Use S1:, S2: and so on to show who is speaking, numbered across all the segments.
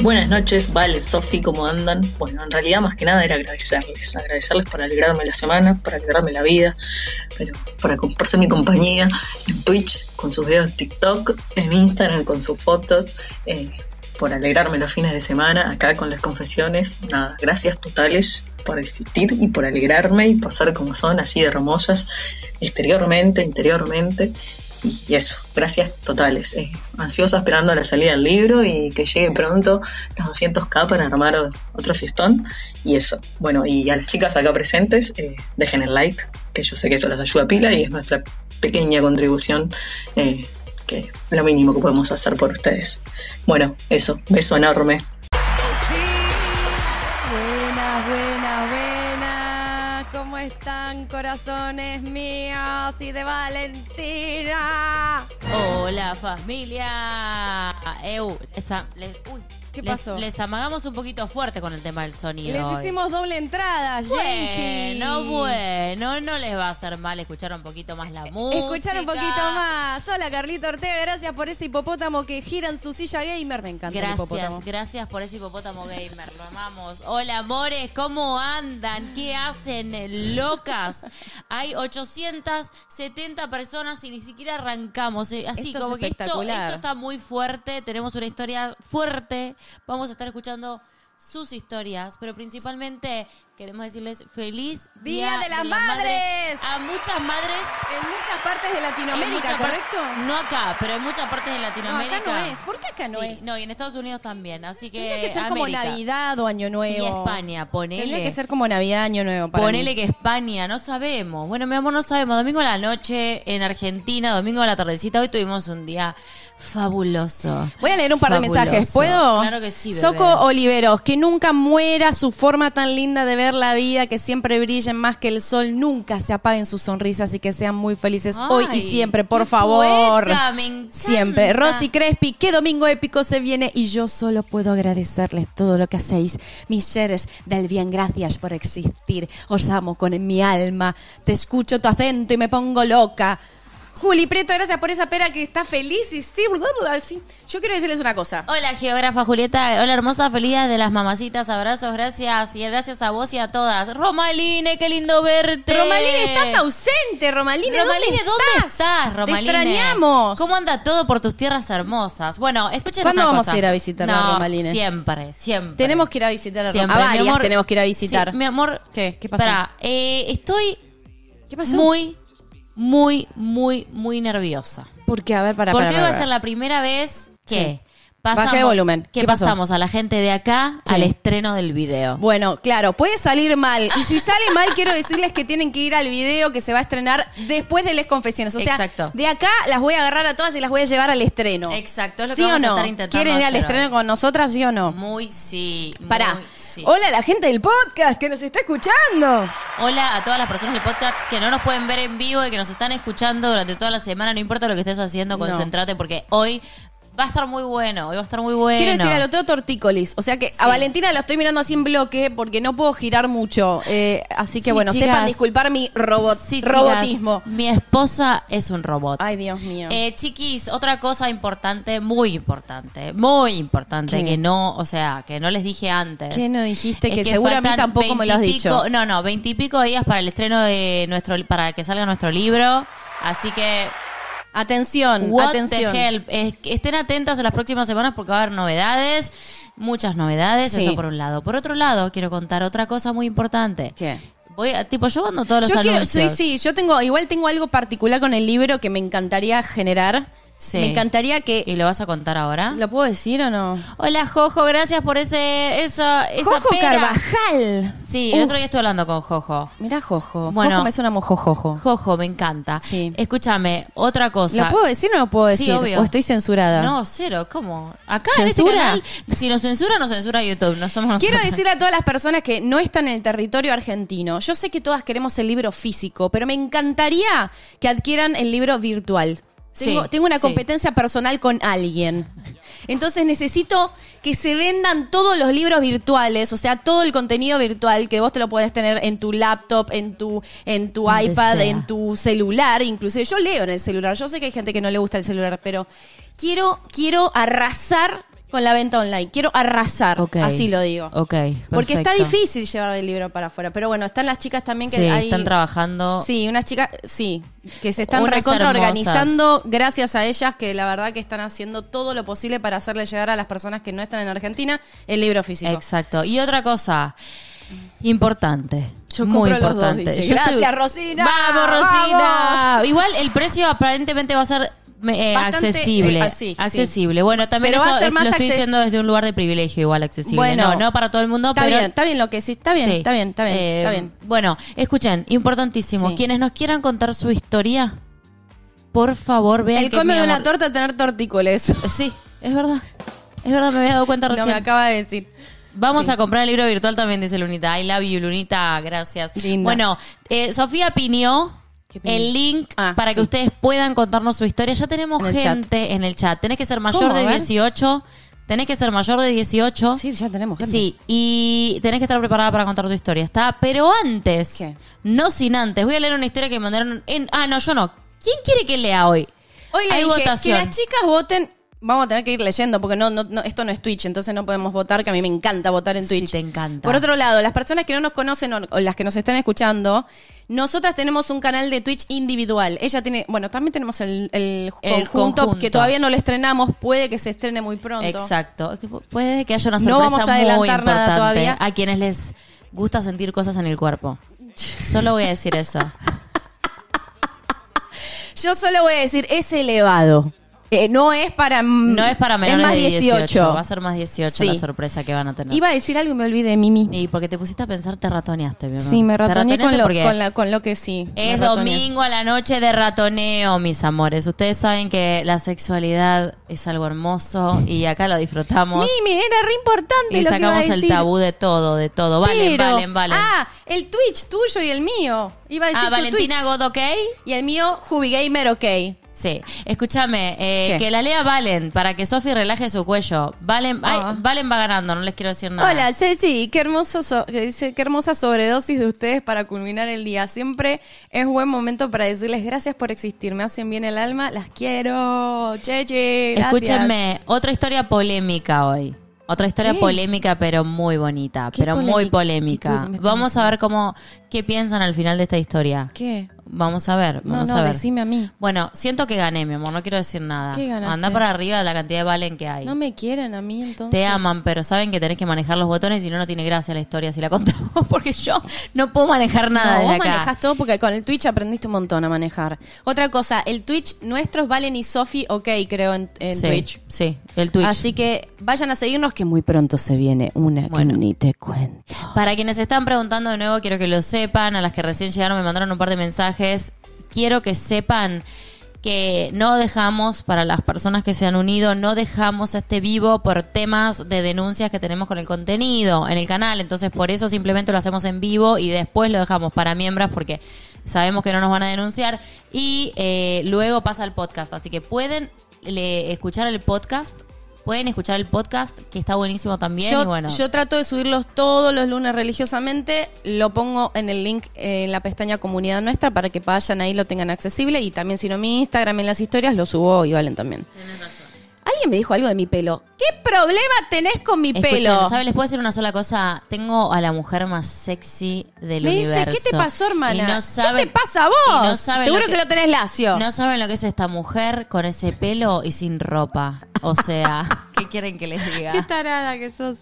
S1: Buenas noches, Vale, Sofi, ¿cómo andan? Bueno, en realidad más que nada era agradecerles, agradecerles por alegrarme la semana, por alegrarme la vida, pero para comprarse mi compañía en Twitch con sus videos de TikTok, en Instagram con sus fotos, eh, por alegrarme los fines de semana acá con las confesiones. Nada, gracias totales por existir y por alegrarme y por ser como son, así de hermosas, exteriormente, interiormente y eso, gracias totales. Eh, ansiosa esperando la salida del libro y que llegue pronto los 200k para armar otro fiestón. Y eso, bueno, y a las chicas acá presentes, eh, dejen el like, que yo sé que eso las ayuda a pila y es nuestra pequeña contribución, eh, que es lo mínimo que podemos hacer por ustedes. Bueno, eso, beso enorme.
S2: Buenas, buenas, buenas. ¿Cómo están, corazones míos y de Valentina?
S3: Hola familia. Eu, les, am- les- uy,
S2: ¿Qué
S3: les-
S2: pasó?
S3: les amagamos un poquito fuerte con el tema del sonido.
S2: Les
S3: hoy.
S2: hicimos doble entrada, Genchi.
S3: bueno, bueno, no les va a hacer mal escuchar un poquito más la música.
S2: Escuchar un poquito más. Hola, Carlita Ortega. Gracias por ese hipopótamo que gira en su silla gamer. Me encanta el hipopótamo.
S3: Gracias, gracias por ese hipopótamo gamer, lo amamos. Hola, amores, ¿cómo andan? ¿Qué hacen, eh, locas? Hay 870 personas y ni siquiera arrancamos. eh, Así
S2: Esto es
S3: como que esto-
S2: espectacular.
S3: esto está muy fuerte, tenemos una historia fuerte, vamos a estar escuchando sus historias, pero principalmente queremos decirles feliz
S2: Día
S3: Día,
S2: de las Madres.
S3: a muchas madres.
S2: En muchas partes de
S3: en
S2: Latinoamérica,
S3: muchas par-
S2: ¿correcto?
S3: No acá, pero en muchas partes de
S2: No,
S3: Latinoamérica.
S2: acá no es. ¿Por qué acá no
S3: Sí,
S2: es?
S3: No, y en Estados Unidos también, así que.
S2: Tendría que ser como
S3: América.
S2: Navidad o Año Nuevo.
S3: Y España, ponele.
S2: Tendría que ser como Navidad, Año Nuevo. Para
S3: Ponele
S2: mí.
S3: que España, no sabemos. Bueno, mi amor, no sabemos. Domingo a la noche en Argentina, domingo a la tardecita. Hoy tuvimos un día fabuloso.
S2: Voy a leer un par
S3: Fabuloso.
S2: de mensajes, ¿puedo?
S3: Claro que sí, bebé.
S2: Soco Oliveros, que nunca muera su forma tan linda de ver la vida, que siempre brillen más que el sol, nunca se apaguen sus sonrisas y que sean muy felices hoy
S3: Ay,
S2: y siempre, por
S3: qué
S2: favor.
S3: poeta, me encanta.
S2: siempre. Rosy Crespi, qué domingo épico se viene y yo solo puedo agradecerles todo lo que hacéis, mis seres del bien, gracias por existir. Os amo con mi alma, te escucho tu acento y me pongo loca. Juli Prieto, gracias por esa pera que está feliz y sí, bla, bla, bla, sí. Yo quiero decirles una cosa.
S3: Hola, geógrafa Julieta. Hola, hermosa. Feliz día de las mamacitas. Abrazos, gracias. Y gracias a vos y a todas. Romaline, qué lindo verte.
S2: Romaline, estás ausente, Romaline.
S3: Romaline, ¿dónde estás,
S2: Te
S3: Romaline?
S2: extrañamos.
S3: ¿Cómo anda todo por tus tierras hermosas? Bueno, escuchen
S2: ¿Cuándo
S3: una
S2: vamos
S3: cosa.
S2: a ir a visitar a
S3: No,
S2: Romaline?
S3: siempre, siempre.
S2: Tenemos que ir a visitar a Romaline. A
S3: Siempre. Mi
S2: varias
S3: amor-
S2: tenemos que ir a visitar.
S3: Sí, mi amor.
S2: ¿Qué? ¿Qué pasó?
S3: Pará, eh, estoy
S2: ¿Qué pasó?
S3: muy, muy, muy, muy nerviosa.
S2: Porque, a ver, para,
S3: Porque
S2: para,
S3: hoy va a
S2: para,
S3: ser la primera vez que
S2: Sí. Baja de volumen.
S3: que
S2: ¿Qué pasó?
S3: pasamos a la gente de acá
S2: Sí.
S3: al estreno del video.
S2: Bueno, claro, puede salir mal. Y si sale mal, quiero decirles que tienen que ir al video que se va a estrenar después de Les Confesiones. O sea,
S3: Exacto.
S2: de acá las voy a agarrar a todas y las voy a llevar al estreno.
S3: Exacto, es lo
S2: ¿Sí
S3: que vamos
S2: o
S3: a
S2: no?
S3: estar intentando
S2: ¿Quieren ir al
S3: hacer
S2: estreno
S3: hoy.
S2: con nosotras, sí o no?
S3: Muy sí. muy
S2: Pará.
S3: sí.
S2: Hola, la gente del podcast que nos está escuchando.
S3: Hola a todas las personas del podcast que no nos pueden ver en vivo y que nos están escuchando durante toda la semana. No importa lo que estés haciendo,
S2: No.
S3: concentrate porque hoy va a estar muy bueno. Hoy va a estar muy bueno.
S2: Quiero decir a lo Teo Tortícolis. O sea que
S3: Sí.
S2: a Valentina la estoy mirando así en bloque porque no puedo girar mucho. Eh, así que
S3: Sí,
S2: bueno,
S3: chicas.
S2: sepan disculpar mi robot,
S3: Sí, chicas,
S2: robotismo.
S3: mi esposa es un robot.
S2: Ay, Dios mío.
S3: Eh, chiquis, otra cosa importante, muy importante, muy importante,
S2: ¿Qué?
S3: que no, o sea, que no les dije antes.
S2: ¿Qué no dijiste?
S3: Es
S2: Que seguro a mí
S3: faltan
S2: tampoco me lo has
S3: veintipico-
S2: dicho.
S3: No, no, veintipico días para el estreno de nuestro, para que salga nuestro libro. Así que
S2: atención,
S3: What
S2: atención.
S3: the help. Es- que estén atentas a las próximas semanas porque va a haber novedades, muchas novedades,
S2: Sí.
S3: eso por un lado. Por otro lado, quiero contar otra cosa muy importante.
S2: ¿Qué?
S3: Voy a, tipo, yo mando todos los
S2: yo quiero,
S3: anuncios.
S2: sí, sí, yo tengo, igual tengo algo particular con el libro que me encantaría generar.
S3: Sí.
S2: Me encantaría que.
S3: ¿Y lo vas a contar ahora?
S2: ¿Lo puedo decir o no?
S3: Hola, Jojo, gracias por ese, esa, esa
S2: Jojo
S3: pera.
S2: Carvajal.
S3: Sí,
S2: Uh,
S3: el otro día estuve hablando con Jojo.
S2: Mirá, Jojo.
S3: Bueno.
S2: Jojo me suena mojojojo.
S3: Jojo, me encanta.
S2: Sí.
S3: Escúchame, otra cosa.
S2: ¿Lo puedo decir o no lo puedo
S3: Sí,
S2: decir?
S3: obvio.
S2: ¿O estoy censurada?
S3: No, cero, ¿cómo? Acá
S2: ¿Censura?
S3: en este canal, si nos censura, nos censura YouTube, no somos
S2: Quiero
S3: nosotros.
S2: decir a todas las personas que no están en el territorio argentino, yo sé que todas queremos el libro físico, pero me encantaría que adquieran el libro virtual.
S3: Sí,
S2: Tengo, tengo una
S3: sí.
S2: competencia personal con alguien. Entonces necesito que se vendan todos los libros virtuales, o sea, todo el contenido virtual que vos te lo podés tener en tu laptop, en tu, en tu
S3: Donde
S2: iPad,
S3: sea.
S2: en tu celular. Inclusive yo leo en el celular. Yo sé que hay gente que no le gusta el celular, pero quiero, quiero arrasar con la venta online. Quiero arrasar,
S3: Ok.
S2: así lo digo.
S3: Ok.
S2: Porque está
S3: perfecto.
S2: difícil llevar el libro para afuera. Pero bueno, están las chicas también que
S3: Sí,
S2: hay-
S3: están trabajando.
S2: Sí, unas chicas, sí, que se están
S3: Unas
S2: recontra
S3: hermosas.
S2: organizando gracias a ellas que la verdad que están haciendo todo lo posible para hacerle llegar a las personas que no están en Argentina el libro físico.
S3: Exacto. Y otra cosa importante.
S2: Yo
S3: muy
S2: compro los dos,
S3: importante.
S2: dice.
S3: Yo
S2: Gracias, Rosina.
S3: Vamos, Rosina.
S2: Vamos.
S3: Igual el precio aparentemente va a ser eh,
S2: Bastante,
S3: accesible.
S2: eh, ah, sí,
S3: accesible. Bueno, también
S2: Pero va a
S3: eso
S2: ser
S3: es-
S2: más
S3: lo estoy
S2: acces-
S3: diciendo desde un lugar de privilegio igual accesible. no, no para todo el mundo,
S2: está
S3: pero
S2: bien, está bien lo que sí, está bien,
S3: Sí.
S2: está bien, está bien,
S3: Eh,
S2: está bien.
S3: Bueno, escuchen, importantísimo.
S2: Sí.
S3: Quienes nos quieran contar su historia, por favor, vean
S2: El
S3: que
S2: come
S3: mi
S2: de una
S3: amor- Eh,
S2: torta tener tortícoles.
S3: Sí, es verdad. Es verdad, me había dado cuenta
S2: No
S3: recién.
S2: me acaba de decir.
S3: Vamos a comprar el libro virtual también, dice Lunita. I love you, Lunita. Gracias.
S2: Linda.
S3: Bueno, eh, Sofía piñó
S2: ¿Qué piñó?
S3: el link
S2: Ah,
S3: para
S2: sí.
S3: que ustedes puedan contarnos su historia. Ya tenemos
S2: En el chat.
S3: gente en el chat. Tenés que ser
S2: ¿Cómo?
S3: mayor
S2: A
S3: de
S2: ver.
S3: 18. Tenés que ser mayor de 18.
S2: Sí, ya tenemos. gente.
S3: Sí, y tenés que estar preparada para contar tu historia, ¿está? Pero antes,
S2: ¿Qué?
S3: no sin antes, voy a leer una historia que me mandaron en... Ah, no, yo no. ¿Quién quiere que lea hoy?
S2: Hoy le
S3: Hay
S2: dije
S3: votación.
S2: que las chicas voten. Vamos a tener que ir leyendo porque no, no, no- esto no es Twitch, entonces no podemos votar, que a mí me encanta votar en
S3: Sí,
S2: Twitch.
S3: te encanta.
S2: Por otro lado, las personas que no nos conocen o, o las que nos están escuchando, nosotras tenemos un canal de Twitch individual. Ella tiene, bueno, también tenemos el, el
S3: El
S2: conjunto,
S3: conjunto.
S2: que todavía no lo estrenamos, puede que se estrene muy pronto.
S3: Exacto. Es que pu- puede que haya una
S2: No
S3: sorpresa
S2: vamos a
S3: muy
S2: adelantar
S3: importante
S2: nada todavía.
S3: a quienes les gusta sentir cosas en el cuerpo. Solo voy a decir eso.
S2: Mm. Yo solo voy a decir, es elevado. Eh, no es para...
S3: No es para menores
S2: más
S3: de 18.
S2: 18.
S3: Va a ser más 18 la
S2: Sí.
S3: sorpresa que van a tener.
S2: Iba a decir algo y me olvidé de Mimi.
S3: Y porque te pusiste a pensar, te ratoneaste, mi amor.
S2: Sí, me
S3: Te
S2: ratoneé con
S3: ratoneaste
S2: lo,
S3: porque-
S2: con, la- con lo que sí. me
S3: Es
S2: ratoneé.
S3: domingo a la noche de ratoneo, mis amores. Ustedes saben que la sexualidad es algo hermoso y acá lo disfrutamos.
S2: Mimi, era re importante
S3: Y
S2: lo que iba a
S3: sacamos
S2: decir.
S3: el tabú de todo, de todo. Valen,
S2: Pero-
S3: valen, valen.
S2: Ah, el Twitch tuyo y el mío. Iba a decir
S3: Ah,
S2: tu
S3: Valentina
S2: Twitch.
S3: God, ok.
S2: Y el mío, Jubigamer, ok.
S3: Sí, escúchame, eh,
S2: ¿Qué?
S3: que la lea Valen para que Sofi relaje su cuello. Valen, ay,
S2: Ah.
S3: Valen va ganando, no les quiero decir nada.
S2: Hola, Ceci, qué, hermoso so- que dice, qué hermosa sobredosis de ustedes para culminar el día. Siempre es buen momento para decirles gracias por existir. Me hacen bien el alma, las quiero. Cheche, gracias.
S3: Escúchenme, otra historia polémica hoy. Otra historia
S2: ¿Qué?
S3: polémica, pero muy bonita,
S2: ¿Qué
S3: pero muy
S2: polémica?
S3: polémica.
S2: ¿Qué tú me estás
S3: Vamos a ver cómo qué piensan al final de esta historia.
S2: ¿Qué?
S3: Vamos a ver,
S2: No,
S3: vamos
S2: no,
S3: a ver.
S2: decime a mí.
S3: Bueno, siento que gané, mi amor, no quiero decir nada.
S2: ¿Qué ganaste?
S3: Anda para arriba de la cantidad de valen que hay.
S2: No me quieren a mí entonces.
S3: Te aman, pero saben que tenés que manejar los botones y no, no tiene gracia la historia si la contamos, porque yo no puedo manejar nada
S2: No,
S3: desde
S2: vos
S3: acá.
S2: manejás todo porque con el Twitch aprendiste un montón a manejar. Otra cosa, el Twitch nuestro es Valen y Sofi, ok, creo, en, en
S3: sí,
S2: Twitch.
S3: Sí, el Twitch.
S2: Así que vayan a seguirnos que muy pronto se viene una
S3: Bueno.
S2: que ni te cuento.
S3: Para quienes están preguntando de nuevo, quiero que lo sepan. A las que recién llegaron me mandaron un par de mensajes. Quiero que sepan que no dejamos, para las personas que se han unido, no dejamos este vivo por temas de denuncias que tenemos con el contenido en el canal. Entonces, por eso simplemente lo hacemos en vivo y después lo dejamos para miembros porque sabemos que no nos van a denunciar. Y eh, luego pasa el podcast. Así que pueden le- escuchar el podcast. Pueden escuchar el podcast, que está buenísimo también.
S2: yo,
S3: y bueno.
S2: yo trato de subirlos todos los lunes religiosamente, lo pongo en el link eh, en la pestaña comunidad nuestra para que vayan ahí, lo tengan accesible y también si no mi Instagram en las historias lo subo y Valen también. Alguien me dijo algo de mi pelo. ¿Qué problema tenés con mi
S3: Escuchen,
S2: pelo?
S3: ¿sabe? Les puedo decir una sola cosa. Tengo a la mujer más sexy del
S2: Me dice,
S3: universo.
S2: ¿qué te pasó, hermana?
S3: Y no saben-
S2: ¿Qué te pasa a
S3: y
S2: vos?
S3: no saben
S2: Seguro que, lo tenés lacio.
S3: No saben lo que es esta mujer con ese pelo y sin ropa. O sea, ¿qué quieren que les diga?
S2: Qué tarada que sos.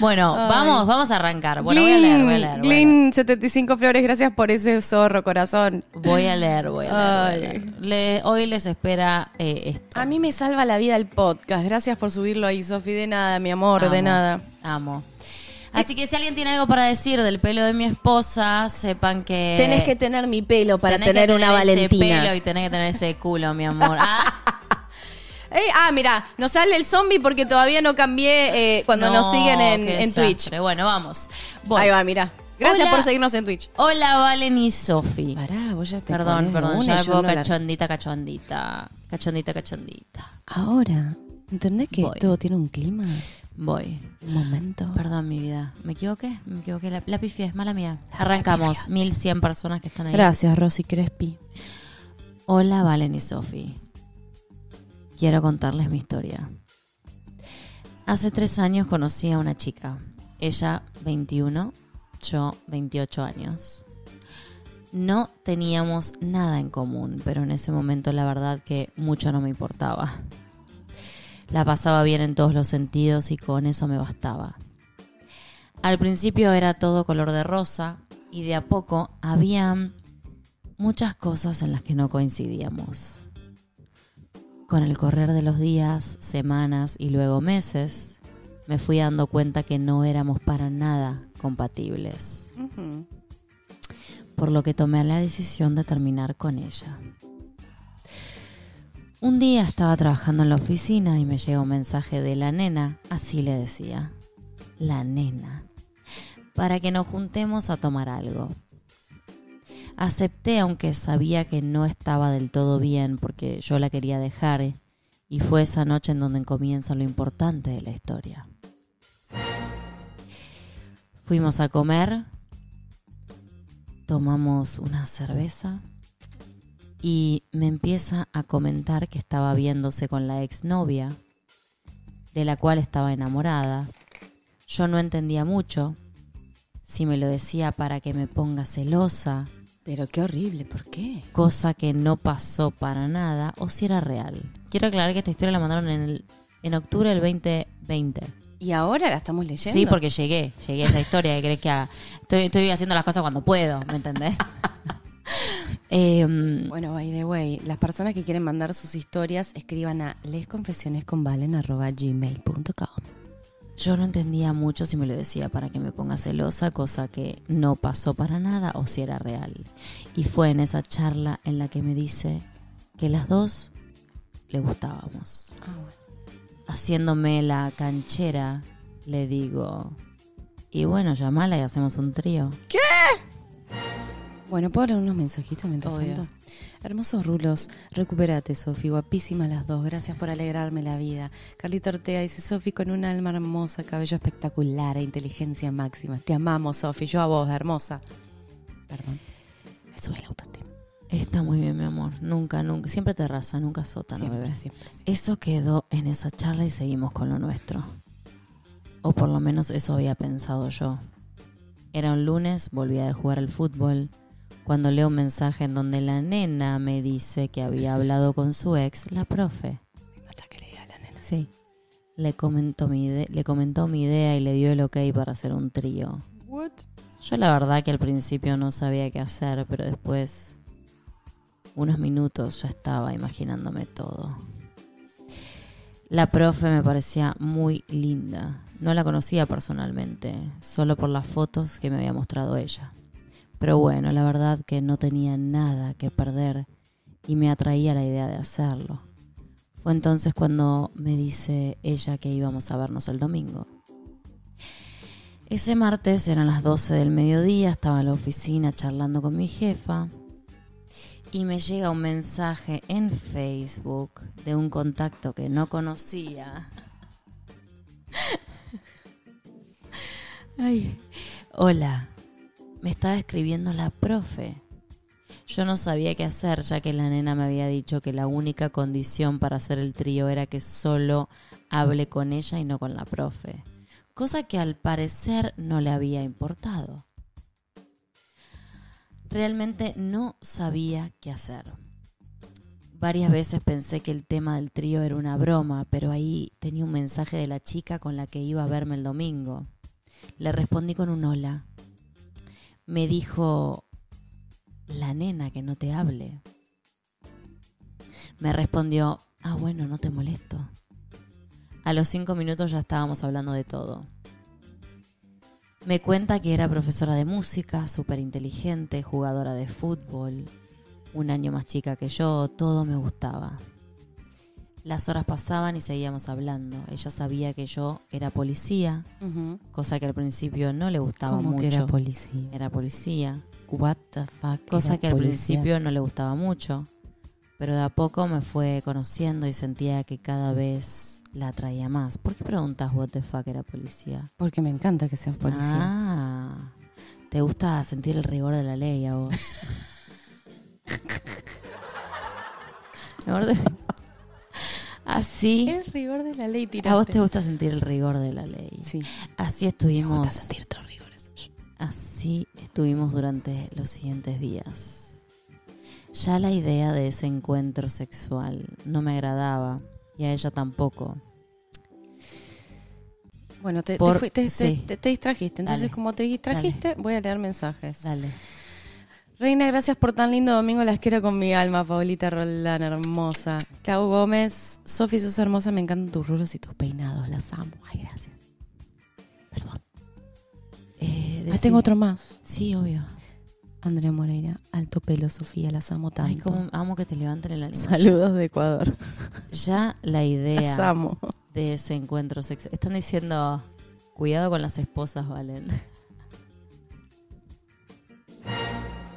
S3: Bueno,
S2: Ay.
S3: vamos, vamos a arrancar. Bueno, voy a leer, voy a leer. voy a leer.
S2: Glyn, 75 flores, gracias por ese zorro, corazón.
S3: Voy a leer, voy a leer. voy a
S2: Ay.
S3: leer. Le- hoy les espera eh, esto.
S2: A mí me salva la vida el podcast. Gracias por subirlo ahí, Sofi. De nada, mi amor, de
S3: Amo,
S2: nada.
S3: Amo. Así que si alguien tiene algo para decir del pelo de mi esposa, sepan que...
S2: tenés que tener mi pelo para
S3: Eh, Tenés que
S2: tener una
S3: tener ese
S2: Valentina.
S3: pelo y tenés que tener ese culo, mi amor. Ah,
S2: Ey, ah, mira, nos sale el zombie porque todavía no cambié eh, cuando nos
S3: no,
S2: siguen en,
S3: qué
S2: en Twitch.
S3: desastre. Bueno, vamos. Voy.
S2: Ahí va, mira. Gracias
S3: Hola.
S2: por seguirnos en Twitch.
S3: Hola, Valen y Sofi.
S2: Pará, vos ya
S3: Perdón, perdón, ya me pongo cachondita, cachondita. Cachondita, cachondita.
S2: Ahora, ¿entendés que
S3: Voy.
S2: todo tiene un clima?
S3: Voy.
S2: Un momento.
S3: Perdón, mi vida. ¿Me equivoqué? Me equivoqué. La, la pifié, es mala mía. Arrancamos. 1100 personas que están ahí.
S2: Gracias, Rosy Crespi.
S3: Hola, Valen y Sofi. Quiero contarles mi historia. Hace tres años conocí a una chica. Ella 21, yo 28 años. No teníamos nada en común, pero en ese momento la verdad que mucho no me importaba. La pasaba bien en todos los sentidos y con eso me bastaba. Al principio era todo color de rosa y de a poco había muchas cosas en las que no coincidíamos. Con el correr de los días, semanas y luego meses, me fui dando cuenta que no éramos para nada compatibles,
S2: Ujú.
S3: por lo que tomé la decisión de terminar con ella. Un día estaba trabajando en la oficina y me llegó un mensaje de la nena, así le decía, la nena, para que nos juntemos a tomar algo. Acepté aunque sabía que no estaba del todo bien porque yo la quería dejar y fue esa noche en donde comienza lo importante de la historia. Fuimos a comer, tomamos una cerveza y me empieza a comentar que estaba viéndose con la exnovia de la cual estaba enamorada. Yo no entendía mucho si me lo decía para que me ponga celosa,
S2: Pero qué horrible, ¿por qué?
S3: cosa que no pasó para nada o si era real. Quiero aclarar que esta historia la mandaron en, el- en octubre del 2020.
S2: Y ahora la estamos leyendo.
S3: Sí, porque llegué, llegué a esa historia que crees que haga. Estoy, estoy haciendo las cosas cuando puedo, ¿me entendés? Em,
S2: Bueno, by the way, las personas que quieren mandar sus historias escriban a lesconfesionesconvalen.gmail.com
S3: yo no entendía mucho si me lo decía para que me ponga celosa, cosa que no pasó para nada o si era real. Y fue en esa charla en la que me dice que las dos le gustábamos.
S2: Ah, bueno.
S3: haciéndome la canchera, le digo, y bueno, llamala y hacemos un trío.
S2: Bueno, ¿puedo leer unos mensajitos mientras
S3: Obvio.
S2: tanto? Hermosos rulos, recuperate, Sofi, guapísimas las dos, gracias por alegrarme la vida. Carlita Ortega dice, Sofi, con un alma hermosa, cabello espectacular e inteligencia máxima. Te amamos, Sofi, yo a vos, hermosa. Perdón, me sube el autoestima.
S3: Está muy bien, mi amor. Nunca, nunca. Siempre terraza, nunca sótano,
S2: Siempre,
S3: bebé.
S2: siempre, siempre.
S3: Eso quedó en esa charla y seguimos con lo nuestro. O por lo menos eso había pensado yo. Era un lunes, volvía de jugar al fútbol, cuando leo un mensaje en donde la nena me dice que había hablado con su ex, la profe.
S2: Me mata que le diga a la nena.
S3: Sí. Le comentó, mi ide- le comentó mi idea y le dio el ok para hacer un trío. Yo la verdad que al principio no sabía qué hacer, pero después, unos minutos, ya estaba imaginándome todo. La profe me parecía muy linda. No la conocía personalmente, solo por las fotos que me había mostrado ella. Pero bueno, la verdad que no tenía nada que perder y me atraía la idea de hacerlo. Fue entonces cuando me dice ella que íbamos a vernos el domingo. Ese martes eran las 12 del mediodía, estaba en la oficina charlando con mi jefa y me llega un mensaje en Facebook de un contacto que no conocía. Ay. Hola, me estaba escribiendo la profe. Yo no sabía qué hacer, ya que la nena me había dicho que la única condición para hacer el trío era que solo hable con ella y no con la profe. Cosa que al parecer no le había importado. Realmente no sabía qué hacer. Varias veces pensé que el tema del trío era una broma, pero ahí tenía un mensaje de la chica con la que iba a verme el domingo. Le respondí con un hola. Me dijo, la nena que no te hable. Me respondió, ah bueno, no te molesto. A los cinco minutos ya estábamos hablando de todo. Me cuenta que era profesora de música, súper inteligente, jugadora de fútbol, un año más chica que yo, todo me gustaba. Las horas pasaban y seguíamos hablando. Ella sabía que yo era policía,
S2: Ujú.
S3: cosa que al principio no le gustaba
S2: Como
S3: mucho.
S2: que era policía.
S3: era policía
S2: What the fuck.
S3: cosa
S2: era
S3: que al
S2: policía.
S3: principio no le gustaba mucho, pero de a poco me fue conociendo y sentía que cada vez la atraía más. ¿Por qué preguntas what the fuck era policía?
S2: Porque me encanta que seas policía.
S3: Ah, te gusta sentir el rigor de la ley a vos. La verdad- Así.
S2: El rigor de la ley tirante.
S3: A vos te gusta sentir el rigor de la ley.
S2: Sí.
S3: Así estuvimos.
S2: Me gusta sentir todos los rigores.
S3: Así estuvimos durante los siguientes días. Ya la idea de ese encuentro sexual no me agradaba y a ella tampoco.
S2: Bueno, te, te
S3: Por-
S2: fui- te- te-
S3: sí.
S2: te- te distrajiste. Entonces,
S3: Dale.
S2: como te distrajiste, voy a leer mensajes.
S3: Dale.
S2: Reina, gracias por tan lindo domingo. Las quiero con mi alma, Paulita Roldán, hermosa. Clau Gómez, Sofi, sos hermosa. Me encantan tus rulos y tus peinados. Las amo. Ay, gracias. Ah, Perdón.
S3: Eh,
S2: Ah,
S3: decí-
S2: tengo otro más.
S3: Sí, obvio.
S2: Andrea Moreira, alto pelo, Sofía. Las amo tanto.
S3: Ay, cómo amo que te levanten el ánimo.
S2: Saludos de Ecuador.
S3: Ya la
S2: Las
S3: idea
S2: amo.
S3: de ese encuentro sexual. Están diciendo, cuidado con las esposas, Valen.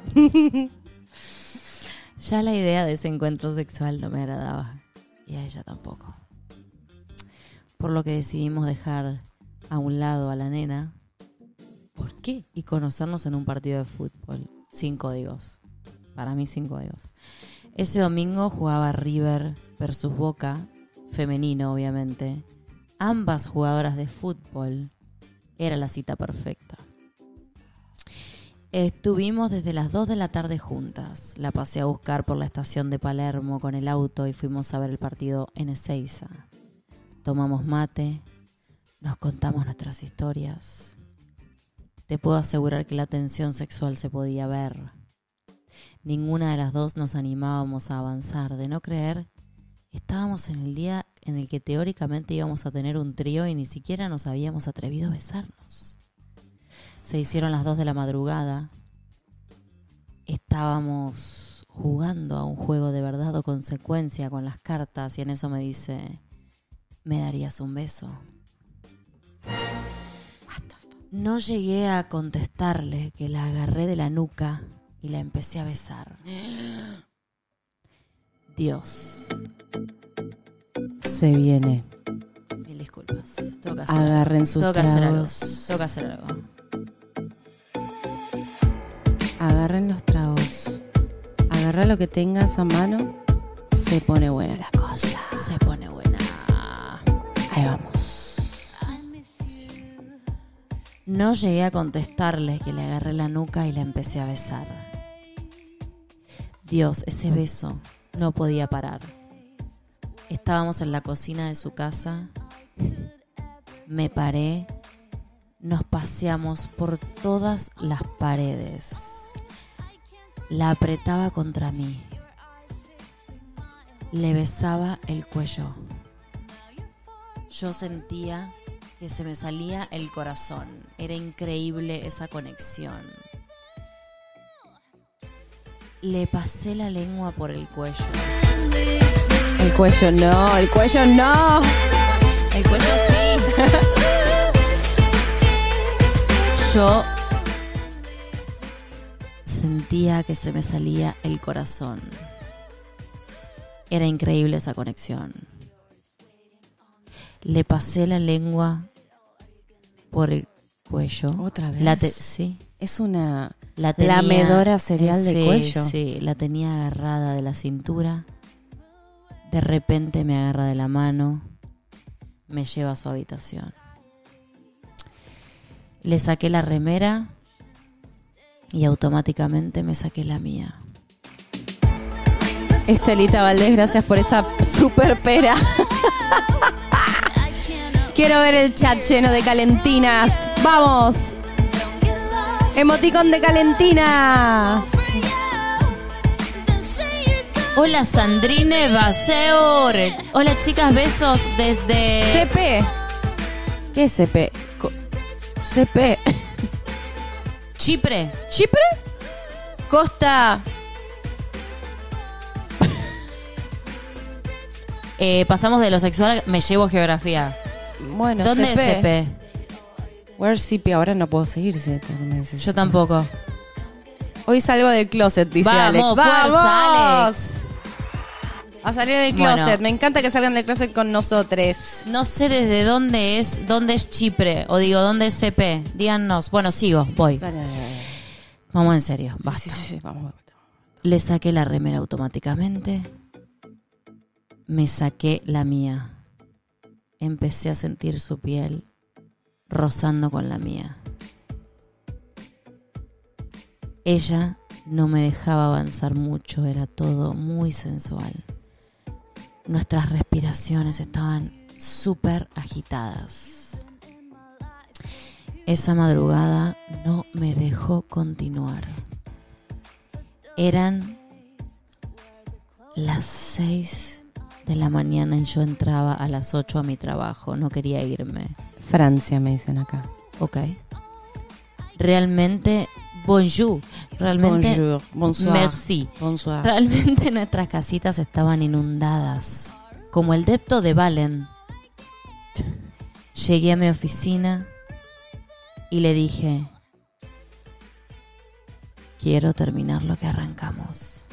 S3: ya la idea de ese encuentro sexual no me agradaba. Y a ella tampoco. Por lo que decidimos dejar a un lado a la nena
S2: ¿Por qué?
S3: y conocernos en un partido de fútbol. Sin códigos. Para mí, sin códigos. Ese domingo jugaba River versus Boca, femenino, obviamente. Ambas jugadoras de fútbol. Era la cita perfecta. Estuvimos desde las 2 de la tarde juntas. La pasé a buscar por la estación de Palermo con el auto y fuimos a ver el partido en Ezeiza. Tomamos mate, nos contamos nuestras historias, te puedo asegurar que la tensión sexual se podía ver. Ninguna de las dos nos animábamos a avanzar. De no creer, estábamos en el día en el que teóricamente íbamos a tener un trío y ni siquiera nos habíamos atrevido a besarnos. Se hicieron las dos de la madrugada. Estábamos jugando a un juego de verdad o consecuencia con las cartas y en eso me dice, ¿me darías un beso? No llegué a contestarle que la agarré de la nuca y la empecé a besar. Dios,
S2: Se viene.
S3: mil disculpas. Tengo que hacer algo.
S2: Agarren sus
S3: Tengo que hacer algo.
S2: tragos.
S3: Tengo que hacer algo.
S2: Agarren los tragos. Agarra lo que tengas a mano. Se pone buena la cosa.
S3: Se pone buena.
S2: Ahí vamos.
S3: No llegué a contestarle que le agarré la nuca y la empecé a besar. Dios, ese beso no podía parar. Estábamos en la cocina de su casa. Me paré. Nos paseamos por todas las paredes. La apretaba contra mí. Le besaba el cuello. Yo sentía que se me salía el corazón. Era increíble esa conexión. Le pasé la lengua por el cuello.
S2: El cuello no, el cuello no.
S3: El cuello sí. Yo sentía que se me salía el corazón. Era increíble esa conexión. Le pasé la lengua por el cuello.
S2: ¿Otra
S3: La
S2: vez?
S3: te- sí.
S2: Es una.
S3: La tenía,
S2: Lamedora serial de
S3: Sí,
S2: cuello.
S3: Sí, la tenía agarrada de la cintura. De repente me agarra de la mano. Me lleva a su habitación. Le saqué la remera y automáticamente me saqué la mía.
S2: Estelita Valdés, gracias por esa super pera. Quiero ver el chat lleno de calentinas. ¡Vamos! Emoticón de calentina.
S3: Hola Sandrine Baseur. Hola chicas, besos desde...
S2: CP. ¿Qué es CP? Co- CP.
S3: Chipre.
S2: ¿Chipre? Costa.
S3: Eh, pasamos de lo sexual, me llevo geografía.
S2: Bueno,
S3: ¿Dónde
S2: CP.
S3: es CP?
S2: Where's CP? Ahora no puedo seguir, si esto no me dice
S3: Yo
S2: CP.
S3: tampoco.
S2: Hoy salgo del closet, dice
S3: Vamos,
S2: Alex.
S3: fuerza,
S2: ¡Vamos! A salir del
S3: Bueno.
S2: closet. Me encanta que salgan del closet con nosotros.
S3: No sé desde dónde es, dónde es Chipre, o digo, dónde es CP. Díganos. Bueno, sigo, voy.
S2: Dale, dale, dale.
S3: Vamos en serio,
S2: Sí,
S3: basta.
S2: sí, sí, vamos.
S3: Le saqué la remera automáticamente. me saqué la mía. Empecé a sentir su piel rozando con la mía. Ella no me dejaba avanzar mucho, era todo muy sensual. Nuestras respiraciones estaban súper agitadas. Esa madrugada no me dejó continuar. Eran las 6 de la mañana y yo entraba a las 8 a mi trabajo, no quería irme.
S2: Francia, me dicen acá.
S3: Ok. Realmente, bonjour. Realmente,
S2: Bonjour, bonsoir.
S3: merci.
S2: Bonsoir.
S3: Realmente nuestras casitas estaban inundadas, como el depto de Valen. Llegué a mi oficina y le dije, quiero terminar lo que arrancamos.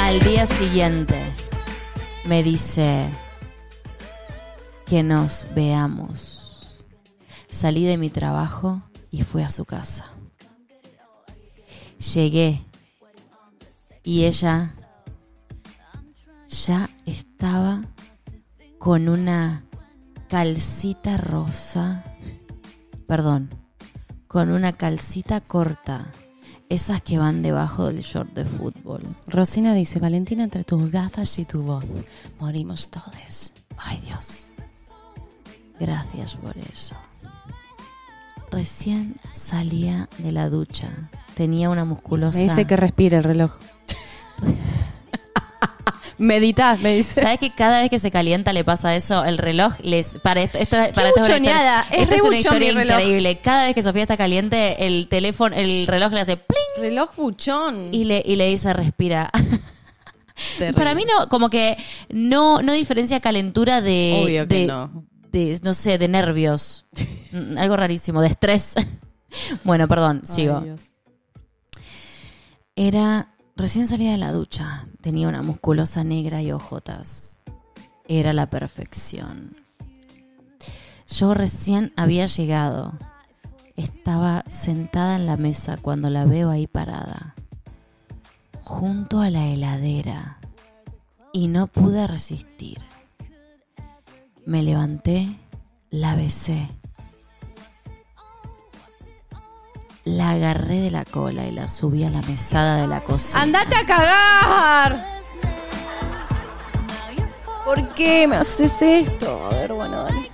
S3: Al día siguiente me dice que nos veamos. Salí de mi trabajo y fui a su casa. Llegué y ella ya estaba con una calcita rosa, perdón, con una calcita corta, esas que van debajo del short de fútbol.
S2: Rosina dice, Valentina, entre tus gafas y tu voz, morimos todos.
S3: Ay Dios. Gracias por eso. Recién salía de la ducha. Tenía una musculosa.
S2: Me dice que respire el reloj. Meditá, me dice.
S3: ¿Sabes que cada vez que se calienta le pasa eso? El reloj les. Para esto, esto es- para
S2: Qué
S3: esto es una
S2: buchoneada,
S3: historia-
S2: es
S3: esto
S2: re
S3: es
S2: buchón
S3: una
S2: mi
S3: historia
S2: reloj.
S3: increíble. Cada vez que Sofía está caliente, el teléfono, el reloj le hace pling
S2: Reloj buchón.
S3: y le, y le dice respira.
S2: Terrible.
S3: Para mí no, como que no, no diferencia calentura de.
S2: Obvio que
S3: de-
S2: no.
S3: de, no sé, de nervios. Mm, Algo rarísimo, de estrés. bueno, perdón,
S2: Ay,
S3: sigo.
S2: Dios.
S3: Era recién salida de la ducha. Tenía una musculosa negra y ojotas. Era la perfección. Yo recién había llegado. Estaba sentada en la mesa cuando la veo ahí parada, junto a la heladera, y no pude resistir. Me levanté, la besé, la agarré de la cola y la subí a la mesada de la cocina.
S2: ¡Andate a cagar! ¿Por qué me haces esto? A ver, bueno, dale.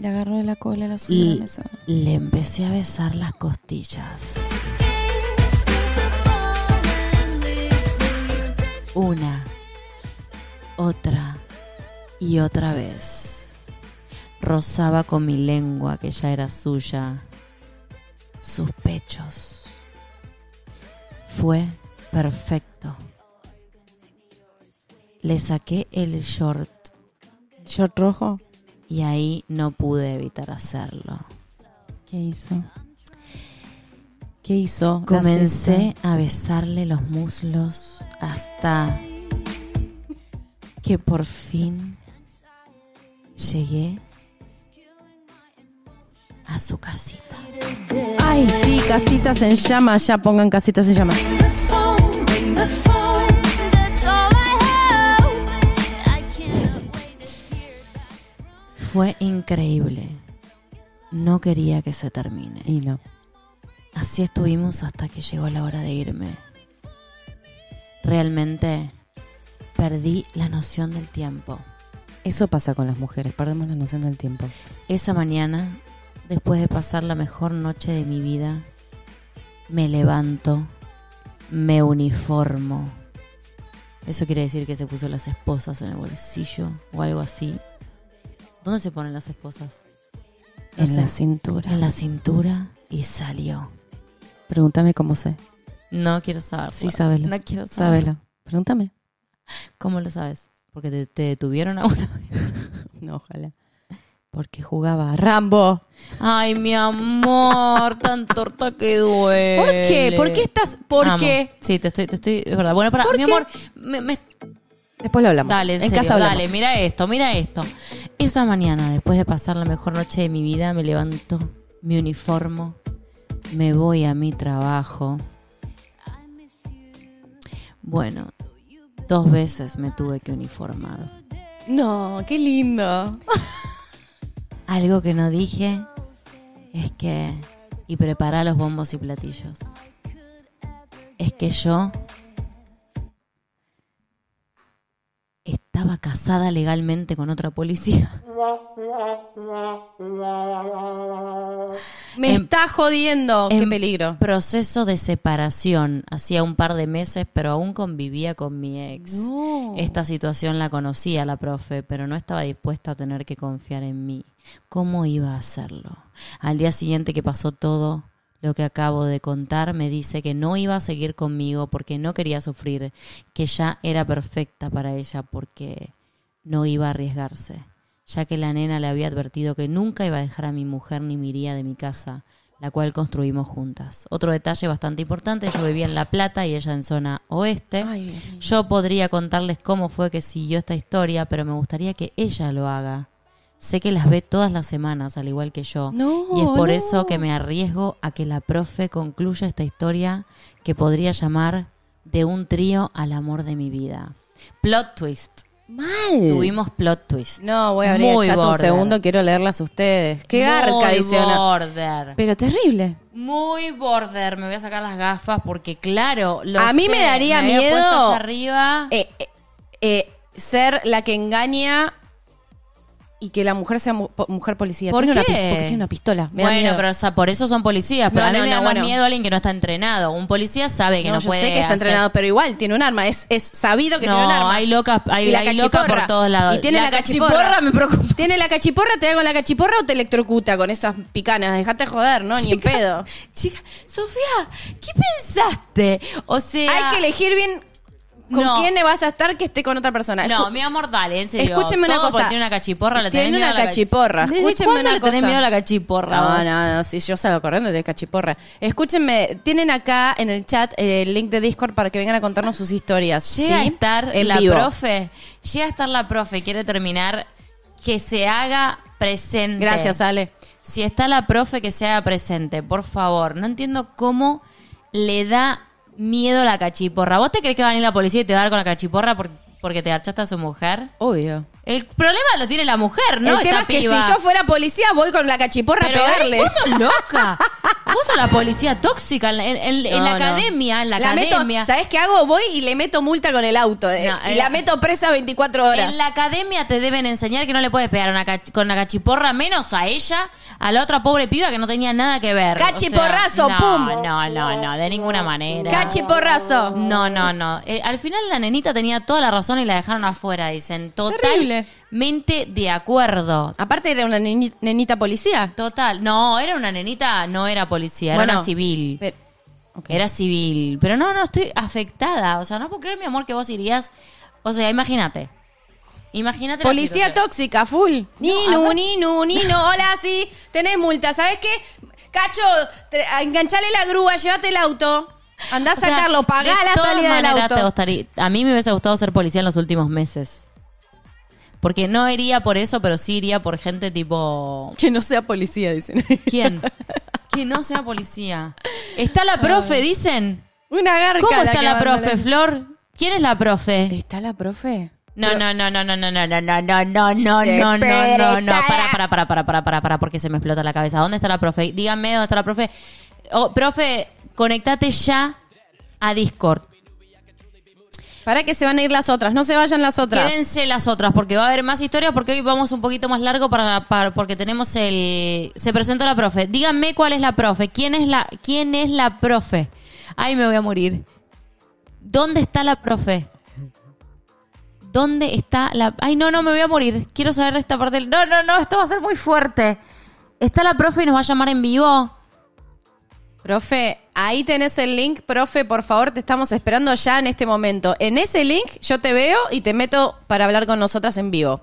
S2: Le agarró de la cola la suya
S3: y le empecé a besar las costillas. Una, otra y otra vez. Rozaba con mi lengua, que ya era suya, sus pechos. Fue perfecto. Le saqué el short
S2: ¿Short rojo?
S3: y ahí no pude evitar hacerlo.
S2: ¿Qué hizo? ¿Qué hizo?
S3: Comencé a besarle los muslos hasta que por fin llegué a su casita.
S2: Ay, sí, casitas en llamas, ya pongan casitas en llamas.
S3: Fue increíble. No quería que se termine.
S2: Y no.
S3: Así estuvimos hasta que llegó la hora de irme. Realmente perdí la noción del tiempo.
S2: Eso pasa con las mujeres, perdemos la noción del tiempo.
S3: Esa mañana, después de pasar la mejor noche de mi vida, me levanto, me uniformo. Eso quiere decir que se puso las esposas en el bolsillo o algo así. ¿Dónde se ponen las esposas? No
S2: en
S3: sé.
S2: la cintura.
S3: En la cintura y salió.
S2: Pregúntame cómo sé.
S3: No quiero saberlo.
S2: Sí, sábelo.
S3: No quiero saberlo.
S2: Sábelo. Pregúntame.
S3: ¿Cómo lo sabes? Porque te, te detuvieron a uno.
S2: No, ojalá. Porque jugaba a Rambo.
S3: Ay, mi amor, tan torta que duele.
S2: ¿Por qué? ¿Por qué estás? ¿Por
S3: Amo.
S2: qué?
S3: Sí, te estoy, te estoy, es verdad. Bueno, para, mi
S2: qué?
S3: amor, me- me-
S2: Después lo hablamos.
S3: dale, en,
S2: en
S3: serio,
S2: casa hablamos.
S3: dale, mira esto, mira esto. Esa mañana, después de pasar la mejor noche de mi vida, me levanto, me uniformo, me voy a mi trabajo. Bueno, dos veces me tuve que uniformar.
S2: No, qué lindo.
S3: Algo que no dije es que... Y prepara los bombos y platillos. Es que yo estaba casada legalmente con otra policía.
S2: Me
S3: En-
S2: está jodiendo. Qué
S3: en
S2: peligro.
S3: Proceso de separación. Hacía un par de meses, pero aún convivía con mi ex.
S2: No.
S3: Esta situación la conocía la profe, pero no estaba dispuesta a tener que confiar en mí. ¿Cómo iba a hacerlo? Al día siguiente que pasó todo lo que acabo de contar, me dice que no iba a seguir conmigo porque no quería sufrir, que ya era perfecta para ella porque no iba a arriesgarse, ya que la nena le había advertido que nunca iba a dejar a mi mujer ni me iría de mi casa, la cual construimos juntas. Otro detalle bastante importante, yo vivía en La Plata y ella en zona oeste.
S2: Ay, Dios mío.
S3: Yo podría contarles cómo fue que siguió esta historia, pero me gustaría que ella lo haga. Sé que las ve todas las semanas, al igual que yo.
S2: No,
S3: y es por
S2: no.
S3: eso que me arriesgo a que la profe concluya esta historia que podría llamar de un trío al amor de mi vida. Plot twist.
S2: Mal.
S3: Tuvimos plot twist.
S2: No, voy a abrir
S3: Muy
S2: el chat un
S3: border.
S2: segundo, quiero leerlas a ustedes. Qué garca,
S3: Muy
S2: dice una.
S3: border.
S2: Pero terrible.
S3: Muy border. Me voy a sacar las gafas porque, claro, lo
S2: A mí
S3: sé,
S2: me daría
S3: había
S2: miedo.
S3: puesto hacia arriba.
S2: Eh, eh, eh, ser la que engaña y que la mujer sea mu- po- mujer policía.
S3: ¿Por
S2: Tiene una
S3: qué?
S2: pis- porque tiene una pistola. Me da
S3: bueno,
S2: miedo.
S3: pero o sea, por eso son policías. Pero
S2: No,
S3: a mí
S2: no,
S3: me da
S2: no,
S3: más
S2: bueno.
S3: miedo alguien que no está entrenado. Un policía sabe que no,
S2: yo
S3: puede.
S2: sé que está
S3: hacer-
S2: entrenado, pero igual tiene un arma. Es, es sabido que tiene un
S3: No,
S2: arma.
S3: hay locas,
S2: Y
S3: hay,
S2: la
S3: hay locas por
S2: cachiporra.
S3: todos lados.
S2: Y tiene la cachiporra.
S3: me preocupa.
S2: Tiene la cachiporra, te da con la cachiporra o te electrocuta con esas picanas. Dejate joder, ¿no? Ni en pedo.
S3: Chica, Sofía, ¿qué pensaste? O sea,
S2: Hay que elegir bien con
S3: No.
S2: quién vas a estar que esté con otra persona.
S3: No,
S2: Escu-
S3: mi amor, dale, en serio.
S2: Escúcheme una
S3: Todo porque
S2: cosa.
S3: Tiene una cachiporra, le
S2: Tiene
S3: tenés miedo
S2: una
S3: a la
S2: cachiporra.
S3: ¿Desde
S2: Escúcheme
S3: cuándo
S2: una
S3: le tenés
S2: cosa.
S3: miedo a la cachiporra?
S2: No,
S3: vos?
S2: no, no, si yo salgo corriendo de cachiporra. Escúchenme, tienen acá en el chat eh, el link de Discord para que vengan a contarnos sus historias.
S3: Llega a
S2: ¿sí?
S3: estar
S2: En
S3: la
S2: vivo.
S3: profe, llega a estar la profe, quiere terminar, que se haga presente.
S2: Gracias, Ale.
S3: Si está la profe, que se haga presente, por favor. No entiendo cómo le da miedo la cachiporra. ¿Vos te crees que va a venir la policía y te va a dar con la cachiporra por- porque te archaste a su mujer?
S2: Obvio.
S3: El problema lo tiene la mujer, ¿no?
S2: el tema es
S3: Esta
S2: que
S3: piba.
S2: si yo fuera policía, voy con la cachiporra
S3: Pero
S2: a pegarle.
S3: eh, vos sos loca. vos sos la policía tóxica en, en- en- en
S2: No,
S3: la
S2: no.
S3: academia, en la,
S2: meto-
S3: academia.
S2: ¿Sabés qué hago? Voy y le meto multa con el auto. eh,
S3: No,
S2: y
S3: eh,
S2: la meto presa 24 horas.
S3: En la academia te deben enseñar que no le puedes pegar una cach- con la cachiporra, menos a ella, a la otra pobre piba que no tenía nada que ver. O sea,
S2: Cachiporrazo,
S3: no,
S2: pum.
S3: No, no, no, de ninguna manera.
S2: Cachiporrazo.
S3: no, no, no. Eh, al final la nenita tenía toda la razón y la dejaron afuera, dicen.
S2: Terrible.
S3: Totalmente de acuerdo.
S2: Aparte era una neni- nenita policía.
S3: Total. No, era una nenita, no era policía, era
S2: Bueno,
S3: una civil.
S2: pero- ok.
S3: Era civil. Pero no, no, estoy afectada. O sea, no puedo creer, mi amor, que vos irías. O sea, imagínate. Imagínate. la
S2: Policía
S3: situación.
S2: tóxica, full. Ninu,
S3: aparte-
S2: ninu, ninu. Hola, sí. Tenés multa. ¿Sabés qué? Cacho, te- enganchale la grúa, llévate el auto. Andá a
S3: O sea,
S2: sacarlo, pagá
S3: de
S2: la
S3: todas
S2: salida del
S3: maneras te
S2: auto.
S3: gustaría- a mí me hubiese gustado ser policía en los últimos meses. Porque no iría por eso, pero sí iría por gente tipo.
S2: Que no sea policía, dicen.
S3: ¿Quién? que no sea policía. Está la profe, dicen.
S2: Una garca.
S3: ¿Cómo
S2: que
S3: está la
S2: abandonó
S3: profe, Flor? ¿quién es la profe?
S2: ¿Está la profe?
S3: No, no, no, no, no, no, no, no, no, no, no, no, no, no, no, para, para, para, para, para, para, para, porque se me explota la cabeza. ¿Dónde está la profe? Díganme dónde está la profe. Oh, profe, conectate ya a Discord.
S2: Para que se van a ir las otras. No se vayan las otras.
S3: Quédense las otras, porque va a haber más historias, porque hoy vamos un poquito más largo para, para- porque tenemos el. Se presentó la profe. Díganme cuál es la profe. ¿Quién es la, quién es la profe? Ay, me voy a morir. ¿Dónde está la profe? ¿Dónde está la.? Ay, no, no, me voy a morir. Quiero saber esta parte. del- No, no, no, esto va a ser muy fuerte. ¿Está la profe y nos va a llamar en vivo?
S2: Profe, ahí tenés el link. Profe, por favor, te estamos esperando ya en este momento. En ese link yo te veo y te meto para hablar con nosotras en vivo.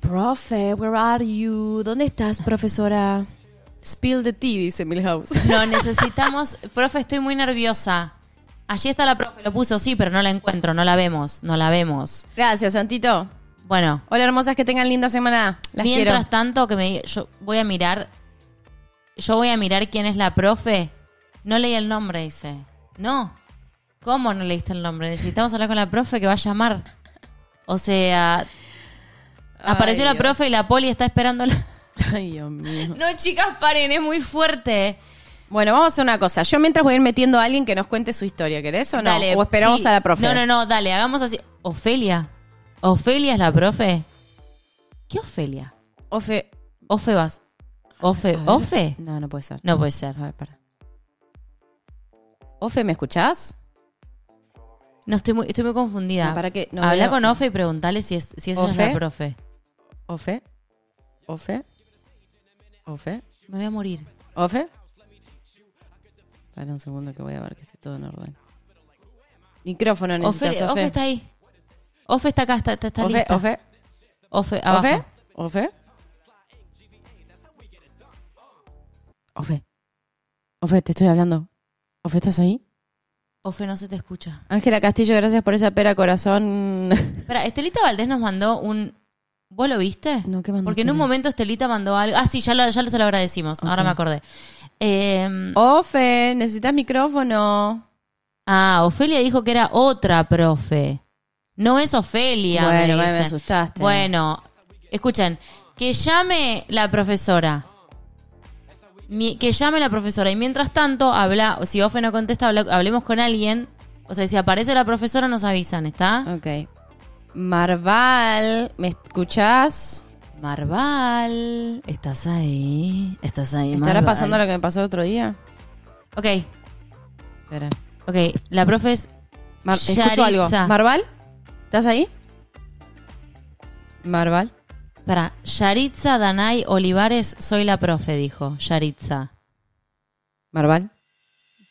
S2: Profe, where are you? ¿Dónde estás, profesora? Spill the tea, dice Milhouse.
S3: No, necesitamos. profe, estoy muy nerviosa. Allí está la profe, lo puso, sí, pero no la encuentro, no la vemos, no la vemos.
S2: Gracias, Santito.
S3: Bueno,
S2: Hola, hermosas, que tengan linda semana. Las
S3: mientras
S2: quiero.
S3: tanto que me diga- yo voy a mirar yo voy a mirar quién es la profe. No leí el nombre, dice. No. ¿Cómo no leíste el nombre? Necesitamos hablar con la profe que va a llamar. O sea, apareció la
S2: Dios.
S3: profe y la poli está esperándola.
S2: Ay, Dios mío.
S3: No, chicas, paren, es muy fuerte.
S2: Bueno, vamos a hacer una cosa. Yo mientras voy a ir metiendo a alguien que nos cuente su historia, ¿querés o no?
S3: Dale,
S2: o esperamos
S3: sí.
S2: a la profe.
S3: No, no, no, dale, hagamos así. Ofelia. ¿Ofelia es la profe? ¿Qué Ofelia?
S2: Ofe.
S3: Ofe vas.
S2: a
S3: Ofe,
S2: ver.
S3: Ofe.
S2: No, no puede ser.
S3: No puede ser.
S2: A ver, para. Ofe, ¿me escuchás?
S3: No, estoy muy, estoy muy confundida.
S2: No, para que- no
S3: Habla
S2: veo-
S3: con Ofe y preguntale si es, si ella es la
S2: ¿Ofe?
S3: profe.
S2: Ofe. Ofe. Ofe.
S3: Me voy a morir.
S2: Ofe. Para un segundo que voy a ver que esté todo en orden. Micrófono
S3: Ofe,
S2: necesitas, Ofe.
S3: Ofe está ahí. Ofe está acá, está, está, está
S2: Ofe,
S3: lista.
S2: Ofe.
S3: Ofe, abajo.
S2: Ofe. Ofe. Ofe. Ofe, te estoy hablando. Ofe, ¿estás ahí?
S3: Ofe, no se te escucha.
S2: Ángela Castillo, gracias por esa pera corazón.
S3: Espera, Estelita Valdés nos mandó un... ¿Vos lo viste?
S2: No, ¿qué mandó
S3: Porque en un
S2: Estela?
S3: momento Estelita mandó algo... Ah, sí, ya, lo, ya se lo agradecimos. Ahora
S2: Ok.
S3: me acordé. Eh,
S2: Ofe, necesitas micrófono.
S3: Ah, Ofelia dijo que era otra profe. No es Ofelia. me
S2: Bueno, me, me
S3: dicen.
S2: asustaste.
S3: Bueno, escuchen, que llame la profesora. Mi- que llame la profesora. Y mientras tanto, habla, si Ofe no contesta, habla- hablemos con alguien. O sea, si aparece la profesora, nos avisan, ¿está?
S2: Ok. Marval, ¿me escuchás?
S3: Marval, ¿estás ahí? ¿Estás ahí?
S2: ¿Estará
S3: Marval?
S2: pasando lo que me pasó el otro día?
S3: Ok,
S2: Espera.
S3: ok. La profe es.
S2: Mar- escucho
S3: Yaritza.
S2: algo. ¿Marval? ¿Estás ahí? ¿Marval?
S3: Para, Yaritza Danay Olivares, soy la profe, dijo Yaritza.
S2: ¿Marval?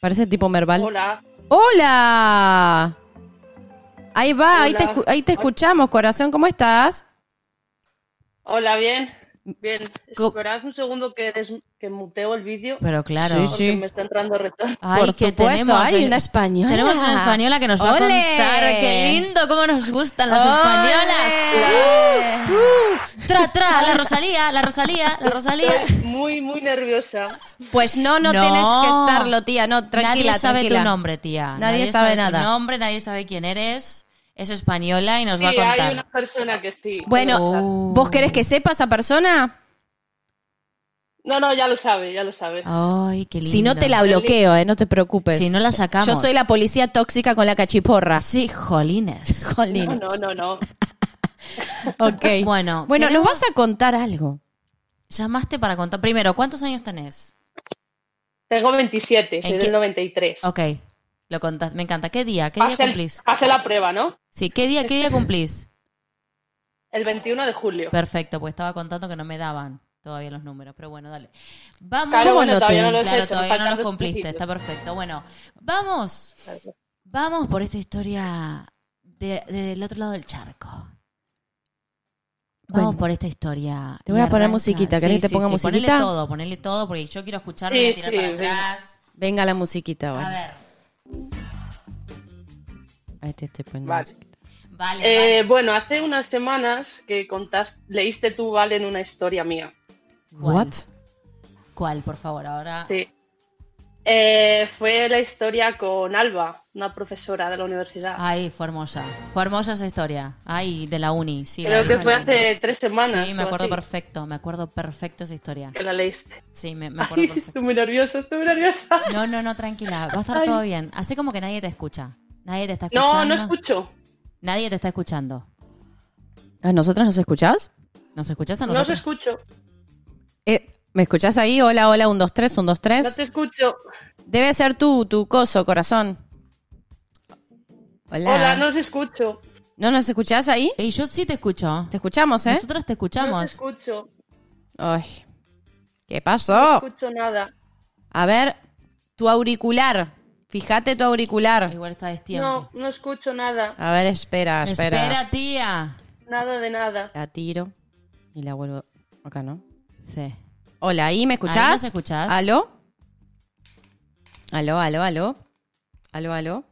S2: Parece tipo Merval.
S4: Hola.
S2: ¡Hola! Ahí va, Ahí, te
S4: Hola.
S2: escu- ahí te escuchamos, corazón. ¿Cómo estás?
S4: Hola, bien. Bien.
S3: Co-
S4: Esperad un segundo que, des- que muteo el vídeo
S3: Pero claro.
S2: Sí,
S4: porque me está entrando retorno.
S3: Ay,
S2: Por
S3: que
S2: supuesto,
S3: tenemos
S2: hay
S3: el-
S2: una española.
S3: Tenemos una española que nos va
S2: ¡Ole!
S3: a contar. Qué lindo, cómo nos gustan las españolas.
S2: ¡Ole!
S3: Tra, tra, la Rosalía, la Rosalía, la Rosalía.
S4: Muy, muy nerviosa.
S2: Pues no, no,
S3: No.
S2: tienes que estarlo, tía. No, tranquila,
S3: nadie sabe
S2: tranquila.
S3: tu nombre, tía.
S2: Nadie sabe nada.
S3: Tu nombre, nadie sabe quién eres. Es española y nos
S4: sí,
S3: va a
S4: hay
S3: contar.
S4: una persona que sí.
S2: Bueno,
S4: que lo sabe.
S3: Oh.
S2: ¿vos querés que sepa esa persona?
S4: No, no, ya lo sabe, ya lo sabe.
S3: Ah, Ay, qué lindo.
S2: Si no te la bloqueo, eh, no te preocupes.
S3: Si no la sacamos.
S2: Yo soy la policía tóxica con la cachiporra.
S3: Sí, jolines.
S4: No,
S2: Jolín.
S4: no, no, no.
S2: Ok.
S3: Bueno,
S2: bueno
S3: queremos-
S2: nos vas a contar algo.
S3: Llamaste para contar. Primero, ¿cuántos años tenés?
S4: Tengo 27,
S3: ¿En
S4: soy
S3: qué-
S4: del 93.
S3: Ok, lo contás. Me encanta. ¿Qué día? ¿Qué día
S4: Pasé, el-
S3: cumplís?
S4: pasé la prueba, ¿no?
S3: Sí, ¿qué día, qué día cumplís?
S4: El 21 de julio.
S3: Perfecto, pues estaba contando que no me daban todavía los números, pero bueno, dale. Vamos.
S4: Claro, bueno,
S2: no
S4: todavía
S2: te-
S4: no lo he
S3: Claro,
S4: hecho. me
S3: todavía no
S4: faltan
S3: los
S4: dos
S3: cumpliste, está
S4: principios.
S3: perfecto. Bueno, vamos, vamos por esta historia de- de- del otro lado del charco. Vamos
S2: Bueno.
S3: por esta historia.
S2: Te voy a
S3: Y
S2: poner
S3: arranca-
S2: musiquita, ¿querés que te ponga musiquita?
S3: Ponele todo, ponele todo, porque yo quiero escucharlo
S4: Sí,
S3: y tirar
S4: sí,
S3: para
S4: venga.
S3: atrás.
S2: Venga la musiquita
S3: A
S2: ahora.
S3: ver,
S2: Ahí te estoy poniendo.
S4: Vale.
S2: musiquita.
S3: vale,
S4: Eh,
S3: vale.
S4: bueno, hace unas semanas que contaste, leíste tú, Valen, una historia mía.
S3: ¿Cuál?
S2: What?
S3: ¿Cuál, por favor? Ahora.
S4: Sí. Eh, fue la historia con Alba, una profesora de la universidad.
S3: Ay, fue hermosa. Fue hermosa esa historia. Ay, de la uni, sí. la
S4: Creo que
S3: vi.
S4: fue hace tres semanas.
S3: Sí, me
S4: o
S3: acuerdo
S4: así,
S3: perfecto, me acuerdo perfecto esa historia.
S4: Que la leíste.
S3: Sí, me, me acuerdo
S4: Ay,
S3: perfecto. Ah,
S4: estoy muy nerviosa, estoy muy nerviosa.
S3: No, no, no, tranquila, va a estar
S4: Ay.
S3: todo bien. Hace como que nadie te escucha. Nadie te está escuchando.
S4: No, no escucho.
S3: Nadie te está escuchando.
S2: ¿A nosotras nos escuchás?
S3: ¿Nos escuchás a
S4: No os
S3: nosotros?
S4: escucho.
S2: Eh, ¿Me escuchás ahí? Hola, hola, un, dos, tres, un, dos, tres.
S4: No te escucho.
S2: Debe ser tú, tu coso, corazón. Hola.
S4: Hola, no os escucho.
S2: ¿No nos escuchás ahí?
S3: Ey, yo sí te escucho.
S2: Te escuchamos, ¿eh?
S3: Nosotros te
S4: No os
S3: escuchamos.
S4: escucho.
S2: Ay. ¿Qué
S4: No
S2: pasó?
S4: escucho nada.
S2: A ver, tu auricular. Fíjate tu auricular.
S3: Igual está destiempo.
S4: No, no escucho nada.
S2: A ver, espera, espera.
S3: espera. tía.
S4: Nada de nada.
S2: La tiro y la vuelvo. Acá, ¿no?
S3: Sí.
S2: Hola, ¿ahí me escuchás?
S3: Ahí nos escuchás.
S2: ¿Aló? ¿Aló, aló, aló? ¿Aló, aló?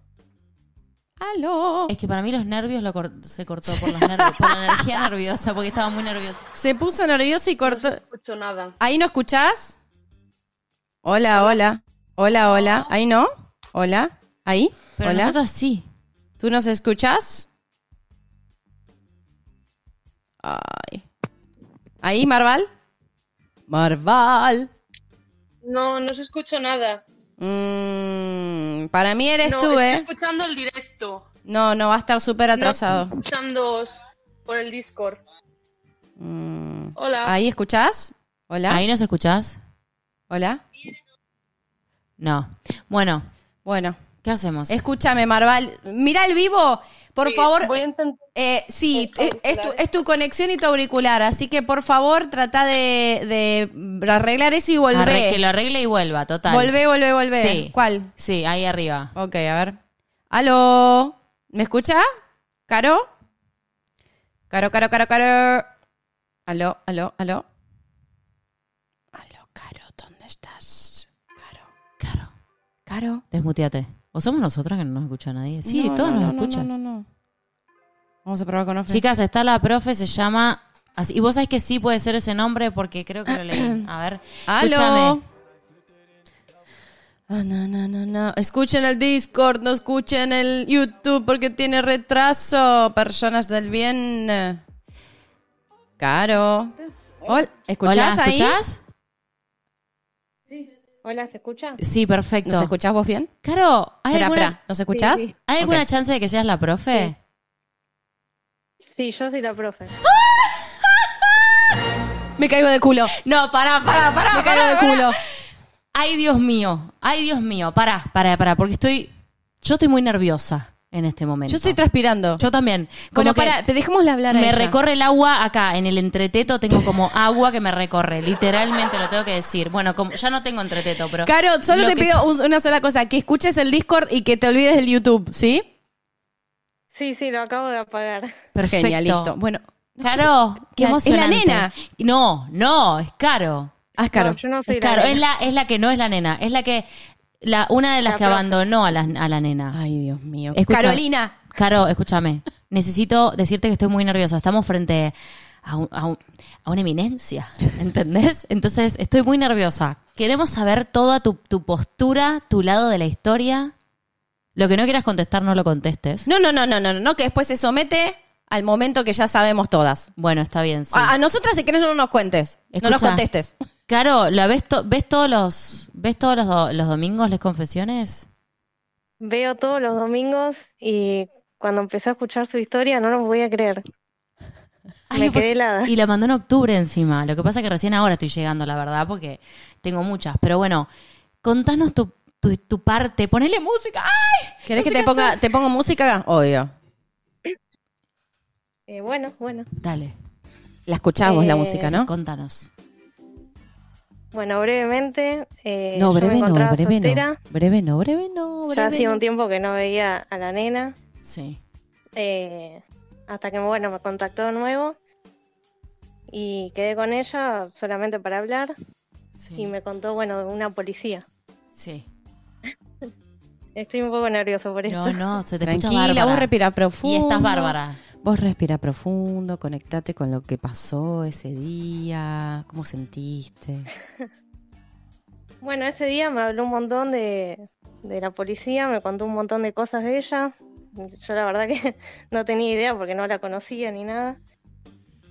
S2: ¿Aló?
S3: Es que para mí los nervios lo cor- se cortó por los nervios, por la energía nerviosa, porque estaba muy nerviosa.
S2: Se puso nerviosa y
S4: No os
S2: cortó.
S4: escucho nada.
S2: ¿Ahí no escuchás? Hola, hola. Hola, hola. ¿Ahí no? Hola. ¿Ahí?
S3: Pero
S2: hola.
S3: nosotros sí.
S2: ¿Tú nos escuchas? Ay. ¿Ahí, Marval? Marval.
S5: No, no se escucha nada.
S2: Mm, para mí eres
S5: no,
S2: tú,
S5: estoy
S2: ¿eh?
S5: escuchando el directo.
S2: No, no, va a estar súper atrasado.
S5: No, escuchándoos por el Discord.
S2: Mm.
S5: Hola.
S2: ¿Ahí escuchás? Hola.
S3: ¿Ahí nos escuchás?
S2: Hola.
S3: No. Bueno,
S2: Bueno,
S3: ¿qué hacemos?
S2: escúchame, Marval. Mira el vivo, por
S5: Sí,
S2: favor.
S5: Voy a intentar.
S2: Eh, sí,
S5: Con
S2: eh, es tu,
S5: auriculares.
S2: es tu conexión y tu auricular, así que por favor trata de, de arreglar eso y volvé.
S3: Arre- que lo arregle y vuelva, total.
S2: Volvé, volvé, volvé.
S3: Sí.
S2: ¿Cuál?
S3: Sí, ahí arriba.
S2: Ok, a ver. Aló, ¿me escucha? ¿Caro? Caro, caro, caro, caro. Aló, aló, aló. Aló, Caro, ¿dónde estás? Caro,
S3: Claro.
S2: Caro.
S3: Desmuteate. ¿O somos nosotros que no nos escucha nadie? Sí,
S2: No,
S3: todos
S2: no,
S3: nos
S2: no,
S3: escuchan.
S2: No, no, no. Vamos a probar con Ofe.
S3: Chicas, está la profe, se llama... así- Y vos sabés que sí puede ser ese nombre porque creo que lo leí. A ver,
S2: Aló.
S3: escúchame.
S2: Ah, no, no, no, no. Escuchen el Discord, no escuchen el YouTube porque tiene retraso. Personas del bien. Caro. Hola, ¿escuchás
S3: Hola,
S2: ahí?
S3: ¿escuchás?
S6: Hola, ¿se escucha?
S3: Sí, perfecto.
S2: ¿Nos escuchás vos bien?
S3: Caro, ¿hay
S2: Espera,
S3: alguna,
S2: espera. ¿Nos escuchás?
S6: Sí, sí.
S3: ¿hay alguna
S2: Ok.
S3: chance de que seas la profe?
S6: Sí, yo soy la profe.
S2: Me caigo de culo.
S3: No, pará, pará, pará.
S2: Me
S3: pará,
S2: caigo de
S3: pará.
S2: culo.
S3: Ay, Dios mío. Ay, Dios mío. Pará, pará, pará. Porque estoy. Yo estoy muy nerviosa en este momento.
S2: Yo estoy transpirando.
S3: Yo también.
S2: Como
S3: Como que
S2: para, dejémosla hablar a
S3: me
S2: ella.
S3: recorre el agua acá, en el entreteto tengo como agua que me recorre. Literalmente lo tengo que decir. Bueno, como, ya no tengo entreteto, pero.
S2: Caro, solo
S3: lo
S2: te
S3: que
S2: pido
S3: es-
S2: un- una sola cosa, que escuches el Discord y que te olvides del YouTube, ¿sí?
S6: Sí, sí, lo acabo de apagar.
S3: Perfecto.
S2: Genial, listo. Bueno,
S3: Caro, qué
S2: La- es la
S3: emocionante.
S2: nena.
S3: No, no, es caro.
S2: haz caro.
S6: No, yo no soy
S3: Es caro.
S6: la
S3: Es la, es la que no es la nena. Es la que. La, una de las
S6: La
S3: que
S6: profe.
S3: abandonó a la, a la nena.
S2: Ay, Dios mío.
S3: Escucha-
S2: Carolina.
S3: Caro, escúchame. Necesito decirte que estoy muy nerviosa. Estamos frente a, un- a un- a una eminencia, ¿entendés? Entonces, estoy muy nerviosa. Queremos saber toda tu, tu postura, tu lado de la historia. Lo que no quieras contestar, no lo contestes.
S2: No, no, no, no, no, no, no, que después se somete al momento que ya sabemos todas.
S3: Bueno, está bien, sí.
S2: A, a nosotras, si querés, no nos cuentes.
S3: Escucha.
S2: Ah, No nos contestes.
S3: Caro, ¿la ves, to- ves todos, los, ves todos los, do- los domingos las confesiones?
S6: Veo todos los domingos y cuando empecé a escuchar su historia no lo podía creer. Me
S3: Ay,
S6: quedé
S3: porque-
S6: helada.
S3: Y la mandó en octubre encima. Lo que pasa es que recién ahora estoy llegando, la verdad, porque tengo muchas. Pero bueno, contanos tu, tu, tu parte. Ponele música. ¡Ay!
S2: ¿Querés que
S3: No sé
S2: te
S3: qué
S2: ponga,
S3: hacer.
S2: te pongo música? Obvio.
S6: Eh, bueno, bueno.
S3: Dale,
S2: La escuchamos la
S6: Eh,
S2: música,
S3: sí,
S2: ¿no?
S3: contanos.
S6: Bueno, brevemente, eh,
S2: No,
S6: yo me
S2: breve no,
S6: encontraba
S2: breve no.
S6: soltera.
S2: Breve no, breve no,
S6: Ya
S2: breve
S6: hacía
S2: no.
S6: un tiempo que no veía a la nena.
S3: Sí.
S6: eh, hasta que, bueno, me contactó de nuevo. Y quedé con ella solamente para hablar.
S3: Sí.
S6: Y me contó, bueno, de una policía.
S3: sí.
S6: Estoy un poco nervioso por esto.
S3: No, no, se te escucha
S2: Tranquila,
S3: bárbara.
S2: vos Uh, respira
S3: y
S2: profundo.
S3: estás bárbara.
S2: Vos respira profundo, conectate con lo que pasó ese día, cómo sentiste.
S6: Bueno, ese día me habló un montón de, de la policía, me contó un montón de cosas de ella. Yo la verdad que no tenía idea porque no la conocía ni nada.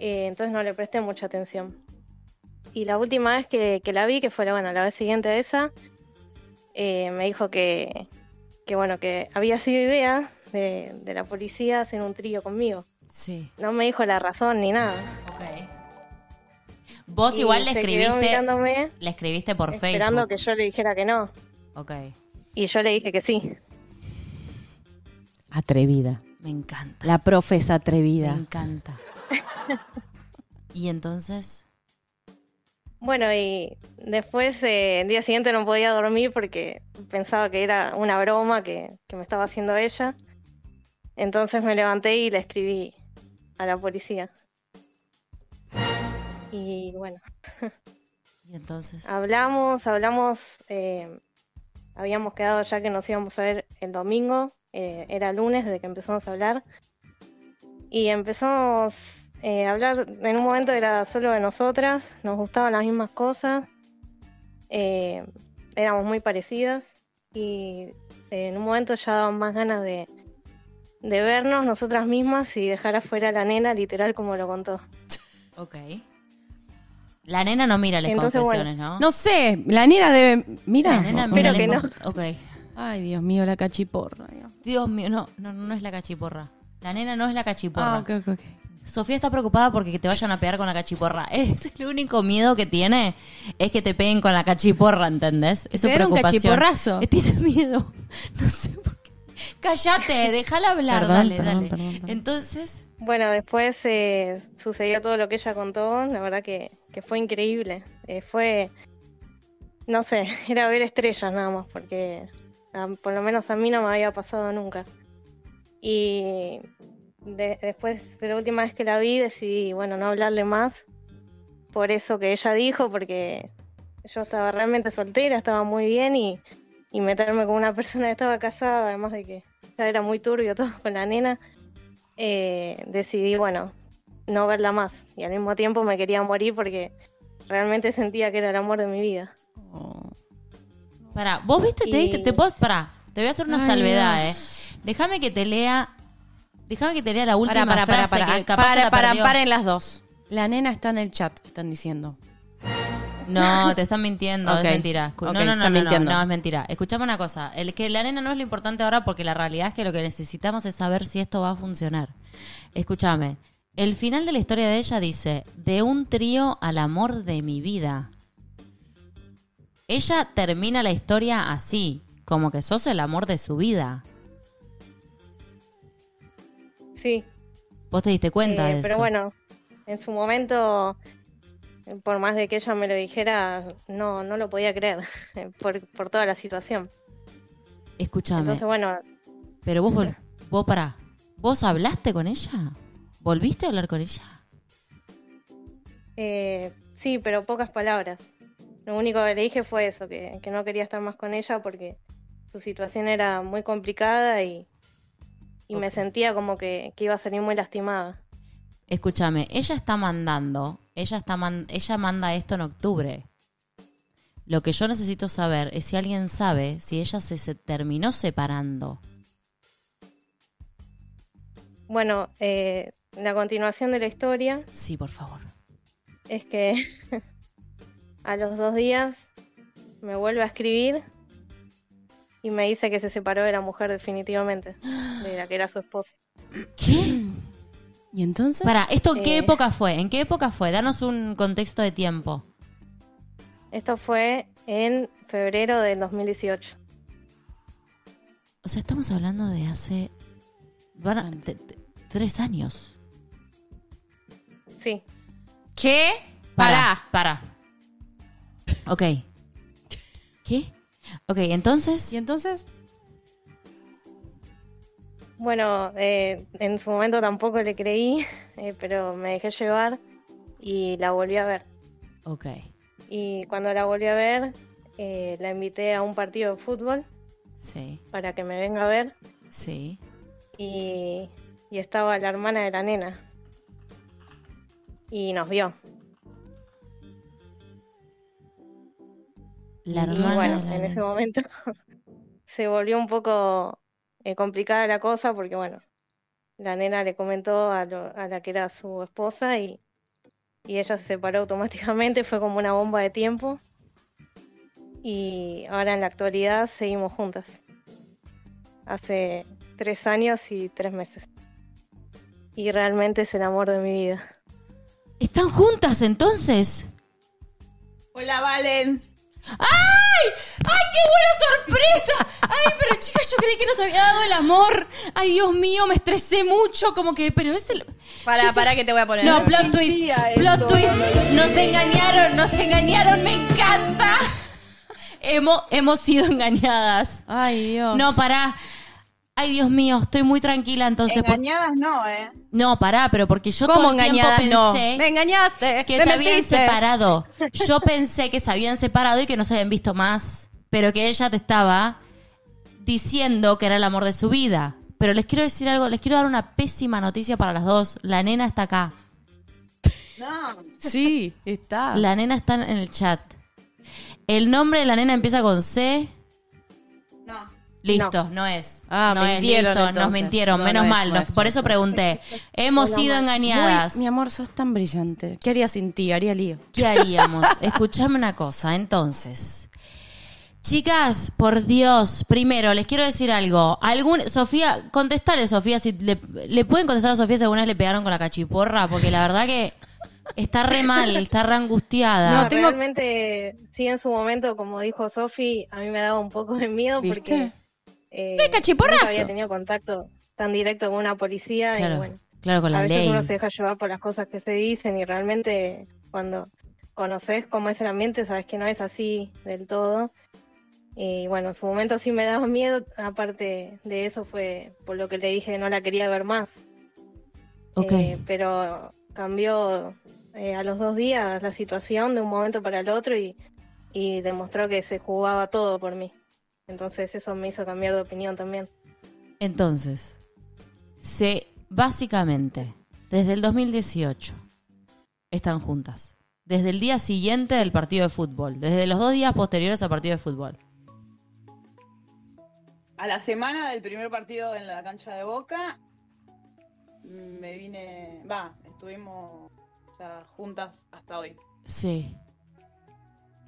S6: Eh, entonces no le presté mucha atención. Y la última vez que, que la vi, que fue la, bueno, la vez siguiente a esa, eh, me dijo que, que, bueno, que había sido idea de, de la policía hacer un trío conmigo.
S3: Sí.
S6: No me dijo la razón ni nada.
S3: Ok. Vos
S6: Y
S3: igual le
S6: se quedó
S3: escribiste,
S6: mirándome,
S3: le escribiste por
S6: esperando
S3: Facebook.
S6: que yo le dijera que no.
S3: Ok.
S6: Y yo le dije que sí.
S2: Atrevida.
S3: Me encanta.
S2: La profe es
S3: Me
S2: atrevida.
S3: encanta. y entonces,
S6: Bueno, y después eh, el día siguiente no podía dormir porque pensaba que era una broma que, que me estaba haciendo ella. Entonces me levanté y le escribí a la policía. Y bueno,
S3: y entonces.
S6: Ah. hablamos, hablamos, eh, habíamos quedado ya que nos íbamos a ver el domingo, eh, era lunes desde que empezamos a hablar. Y empezamos eh, a hablar, en un momento era solo de nosotras, nos gustaban las mismas cosas. eh, éramos muy parecidas y eh, en un momento ya daban más ganas de, de vernos nosotras mismas y dejar afuera a la nena, literal como lo contó.
S3: Ok. La nena no mira las
S6: Entonces,
S3: confesiones, ¿no?
S2: No sé, la nena debe. Mira.
S3: la nena mira
S6: espero que
S3: las
S6: no.
S3: confe- Ok.
S2: Ay, Dios mío, la cachiporra. Dios.
S3: Dios mío, no, no, no es la cachiporra. La nena no es la cachiporra.
S2: Ah, ok, ok, ok.
S3: Sofía está preocupada porque te vayan a pegar con la cachiporra. Es el único miedo que tiene es que te peguen con la cachiporra, ¿entendés? Es su
S2: te den un
S3: preocupación.
S2: cachiporrazo.
S3: Eh, Tiene miedo. No sé por qué. Cállate, déjala hablar,
S2: Perdón,
S3: dale,
S2: perdón,
S3: dale.
S2: perdón, perdón.
S3: Entonces,
S6: Bueno, después eh, sucedió todo lo que ella contó, la verdad que, que fue increíble. Eh, fue, no sé, era ver estrellas nada más, porque a- por lo menos a mí no me había pasado nunca. Y de- después, de la última vez que la vi, decidí, bueno, no hablarle más por eso que ella dijo, porque yo estaba realmente soltera, estaba muy bien y, y meterme con una persona que estaba casada, además de que ya era muy turbio todo con la nena eh, decidí, bueno, no verla más. Y al mismo tiempo me quería morir porque realmente sentía que era el amor de mi vida.
S2: Oh.
S3: para, vos viste, te
S6: Y-
S3: diste, te puedo, para, te voy a hacer una
S2: Ay,
S3: salvedad,
S2: Dios.
S3: eh. Déjame que te lea, déjame que te lea la última
S2: Para, para, para,
S3: frase
S2: para.
S3: que capaz se
S2: para,
S3: la
S2: para,
S3: perdió.
S2: paren las dos. La nena está en el chat, están diciendo.
S3: No, te están mintiendo,
S2: Ok.
S3: es mentira. Escu-
S2: Ok,
S3: no, no, no,
S2: están
S3: no, no,
S2: mintiendo.
S3: no, es mentira. Escuchame una cosa, el que la nena no es lo importante ahora porque la realidad es que lo que necesitamos es saber si esto va a funcionar. Escúchame, el final de la historia de ella dice, de un trío al amor de mi vida. Ella termina la historia así, como que sos el amor de su vida.
S6: Sí,
S3: Vos te diste cuenta
S6: eh,
S3: de
S6: pero
S3: eso.
S6: bueno, en su momento, por más de que ella me lo dijera, no, no lo podía creer por, por toda la situación.
S3: Escúchame,
S6: Entonces, bueno,
S3: pero vos, vol- vos pará, ¿vos hablaste con ella? ¿Volviste a hablar con ella?
S6: eh, sí, pero pocas palabras. Lo único que le dije fue eso, que, que no quería estar más con ella porque su situación era muy complicada y, y me
S3: Ok.
S6: sentía como que, que iba a salir muy lastimada.
S3: Escúchame, ella está mandando, ella está man- ella manda esto en octubre. Lo que yo necesito saber es si alguien sabe si ella se, se terminó separando.
S6: Bueno, eh, la continuación de la historia
S3: Sí, por favor.
S6: es que a los dos días me vuelve a escribir y me dice que se separó de la mujer definitivamente, de la que era su esposa.
S3: ¿Qué?
S2: ¿Y entonces?
S3: Para, ¿esto en qué
S6: Eh.
S3: época fue? ¿En qué época fue? Danos un contexto de tiempo.
S6: Esto fue en febrero del 2018.
S3: O sea, estamos hablando de hace van a- te- te- tres años.
S6: Sí,
S2: ¿Qué? Para.
S3: Para. Ok. ¿Qué? Ok, entonces.
S2: ¿Y entonces?
S6: bueno, eh, en su momento tampoco le creí, eh, pero me dejé llevar y la volví a ver.
S3: Ok.
S6: Y cuando la volví a ver, eh, la invité a un partido de fútbol
S3: Sí,
S6: para que me venga a ver.
S3: sí.
S6: y, y estaba la hermana de la nena. Y nos vio.
S3: La
S6: Y
S3: hermana.
S6: bueno,
S3: de la
S6: en
S3: nena.
S6: ese momento se volvió un poco eh, complicada la cosa porque, bueno, la nena le comentó a, lo- a la que era su esposa y, y ella se separó automáticamente, fue como una bomba de tiempo. Y ahora en la actualidad seguimos juntas. Hace tres años y tres meses. Y realmente es el amor de mi vida.
S3: ¿Están juntas entonces?
S5: Hola, Valen.
S3: ¡Ay! ¡Ay, qué buena sorpresa! ¡Ay, pero chicas, yo creí que nos había dado el amor! ¡Ay, Dios mío, me estresé mucho! Como que, pero es el.
S2: Para,
S3: Yo sé-
S2: para que te voy a poner.
S3: No, plot twist. Plot twist. Nos engañaron, nos engañaron, me encanta. Hemos, hemos sido engañadas.
S2: Ay, Dios.
S3: No, pará. Ay, Dios mío, estoy muy tranquila entonces. por-
S5: Engañadas no, ¿eh?
S3: No, pará, pero porque yo
S2: ¿Cómo
S3: todo el tiempo
S2: engañada? No.
S3: pensé.
S2: Me engañaste.
S3: que
S2: me
S3: se habían
S2: mentiste.
S3: separado. Yo pensé que se habían separado y que no se habían visto más, pero que ella te estaba diciendo que era el amor de su vida. Pero les quiero decir algo, les quiero dar una pésima noticia para las dos. La nena está acá.
S5: No.
S2: Sí, está.
S3: La nena está en el chat. ¿El nombre de la nena empieza con C?
S5: No.
S3: Listo, no, es.
S2: Ah,
S3: no es,
S2: mintieron
S3: listo, nos
S2: entonces.
S3: mintieron,
S2: No,
S3: menos
S2: no es,
S3: mal.
S2: no
S3: nos-
S2: es,
S3: por
S2: no
S3: eso
S2: es.
S3: pregunté. Hemos
S6: Hola,
S3: sido
S6: mamá.
S3: engañadas.
S2: Uy, mi amor, sos tan brillante. ¿Qué haría sin ti? Haría lío.
S3: ¿Qué haríamos? Escuchame una cosa, entonces. Chicas, por Dios, primero les quiero decir algo. Algún, Sofía, contestale, Sofía, si le, le pueden contestar a Sofía si alguna vez le pegaron con la cachiporra, porque la verdad que está re mal, está re angustiada.
S2: No, tengo-
S6: Realmente, sí, en su momento, como dijo Sofi, a mí me daba un poco de miedo
S2: ¿Viste?
S6: porque eh,
S2: ¡Qué cachiporrazo!
S6: nunca había tenido contacto tan directo con una policía
S3: claro,
S6: y bueno,
S3: claro, con
S6: a
S3: la
S6: veces
S3: ley.
S6: uno se deja llevar por las cosas que se dicen y realmente cuando conoces cómo es el ambiente sabes que no es así del todo. Y bueno, en su momento sí me daba miedo, aparte de eso fue por lo que le dije que no la quería ver más.
S3: Ok.
S6: Eh, pero cambió eh, a los dos días la situación de un momento para el otro y, y demostró que se jugaba todo por mí. Entonces eso me hizo cambiar de opinión también.
S3: Entonces, se básicamente, desde el 2018, están juntas. Desde el día siguiente del partido de fútbol, desde los dos días posteriores al partido de fútbol.
S5: A la semana del primer partido en la cancha de Boca, mm, me vine. Va, estuvimos o sea, juntas hasta hoy.
S3: Sí.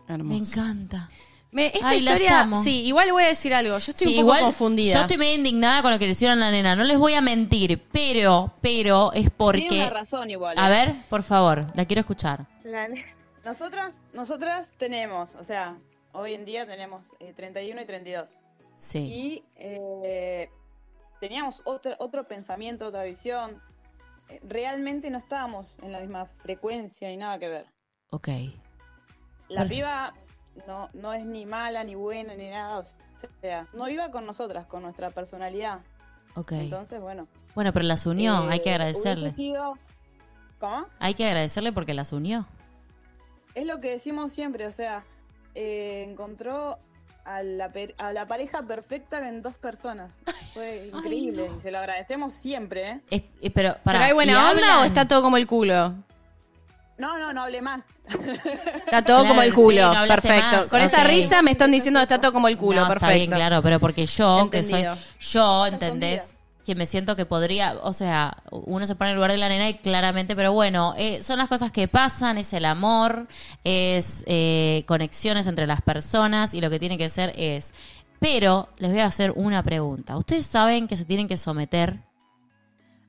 S3: Me
S2: Hermoso.
S3: encanta.
S2: Me- esta
S3: Ay, las
S2: historia,
S3: amo.
S2: sí, igual voy a decir algo. Yo estoy
S3: Sí,
S2: un poco confundida.
S3: Yo estoy medio indignada con lo que le hicieron a la nena. No les voy a mentir, pero, pero es
S5: Tiene
S3: porque.
S5: una razón igual.
S3: A
S5: ¿eh?
S3: ver, por favor, la quiero escuchar.
S6: La-
S5: Nosotras, nosotras tenemos, o sea, hoy en día tenemos eh, 31 y 32.
S3: Sí.
S5: y eh, teníamos otro, otro pensamiento, otra visión. Eh, Realmente no estábamos en la misma frecuencia y nada que ver.
S3: Ok.
S5: La
S3: Perfe-
S5: piba no, no es ni mala, ni buena, ni nada. O sea, no iba con nosotras, con nuestra personalidad.
S3: Ok.
S5: Entonces, bueno.
S3: Bueno, pero las unió,
S5: eh,
S3: hay que agradecerle.
S5: hubiese sido- ¿Cómo?
S3: Hay que agradecerle porque las unió.
S5: Es lo que decimos siempre, o sea, eh, encontró a la, per- a la pareja perfecta en dos personas. Fue increíble. y Se lo agradecemos siempre, ¿eh?
S3: Es- eh, pero,
S2: ¿Pero
S3: pará,
S2: hay
S3: ¿y
S2: buena onda o
S3: hablan?
S2: está todo como el culo?
S5: No, no, no hablé más.
S2: Está todo
S3: Claro,
S2: como el
S3: sí,
S2: culo,
S3: no hablaste
S2: perfecto.
S3: más,
S2: Con esa
S3: ok.
S2: risa me están diciendo que está todo como el culo,
S3: No,
S2: perfecto.
S3: Está bien, claro, pero porque yo, que soy.
S2: Entendido.
S3: Yo, ¿entendés? Que me siento que podría. O sea, uno se pone en el lugar de la nena y claramente, pero bueno, eh, son las cosas que pasan: es el amor, es eh, conexiones entre las personas y lo que tiene que ser es. Pero les voy a hacer una pregunta. ¿Ustedes saben que se tienen que someter?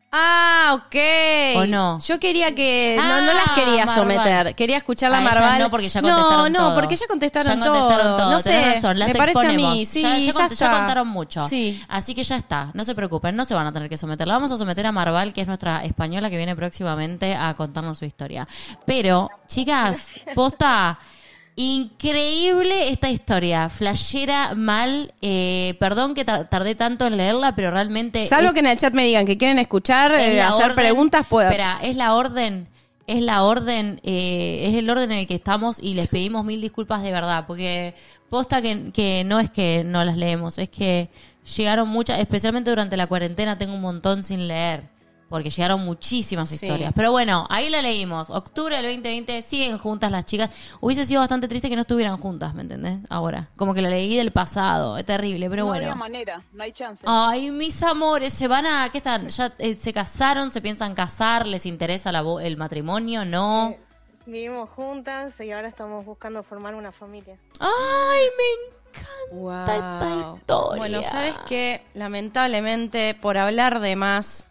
S2: Ah, ok.
S3: ¿O no?
S2: Yo quería que. no, no las
S3: Ah,
S2: quería
S3: Marval.
S2: someter. Quería escuchar la
S3: A ellas
S2: Marval.
S3: no, porque ya contestaron
S2: No, no,
S3: todo.
S2: porque ya contestaron,
S3: Ya contestaron todo,
S2: No sé.
S3: tenés razón, las
S2: me parece a mí.
S3: exponemos.
S2: Sí,
S3: Ya- ya cont- ya
S2: está.
S3: contaron mucho.
S2: Sí.
S3: Así que ya está, no se preocupen, no se van a tener que someter. La vamos a someter a Marval, que es nuestra española que viene próximamente a contarnos su historia. Pero, chicas, posta, increíble esta historia. Flashera mal, eh, perdón que tar- tardé tanto en leerla, pero realmente.
S2: Salvo
S3: Eh, es-
S2: que en el chat me digan que quieren escuchar,
S3: es
S2: eh,
S3: la
S2: hacer
S3: orden-
S2: preguntas, puedo.
S3: Espera, es la orden, es la orden, eh, es el orden en el que estamos y les pedimos mil disculpas de verdad, porque posta que, que no es que no las leemos, es que llegaron muchas, especialmente durante la cuarentena tengo un montón sin leer. Porque llegaron muchísimas
S2: Sí.
S3: historias. Pero bueno, ahí la leímos. Octubre del 2020 siguen juntas las chicas. Hubiese sido bastante triste que no estuvieran juntas, ¿me entendés? Ahora. Como que la leí del pasado. Es terrible, pero
S5: no
S3: bueno. Ah.
S5: había manera, no hay chance.
S3: Ay, mis amores, se van a, ¿qué están? ¿Ya eh, se casaron? ¿Se piensan casar? ¿Les interesa la vo- el matrimonio? ¿No?
S6: Vivimos juntas y ahora estamos buscando formar una familia.
S3: Ay, me encanta. esta
S2: Wow.
S3: historia.
S2: Bueno, sabes que lamentablemente, por hablar de más,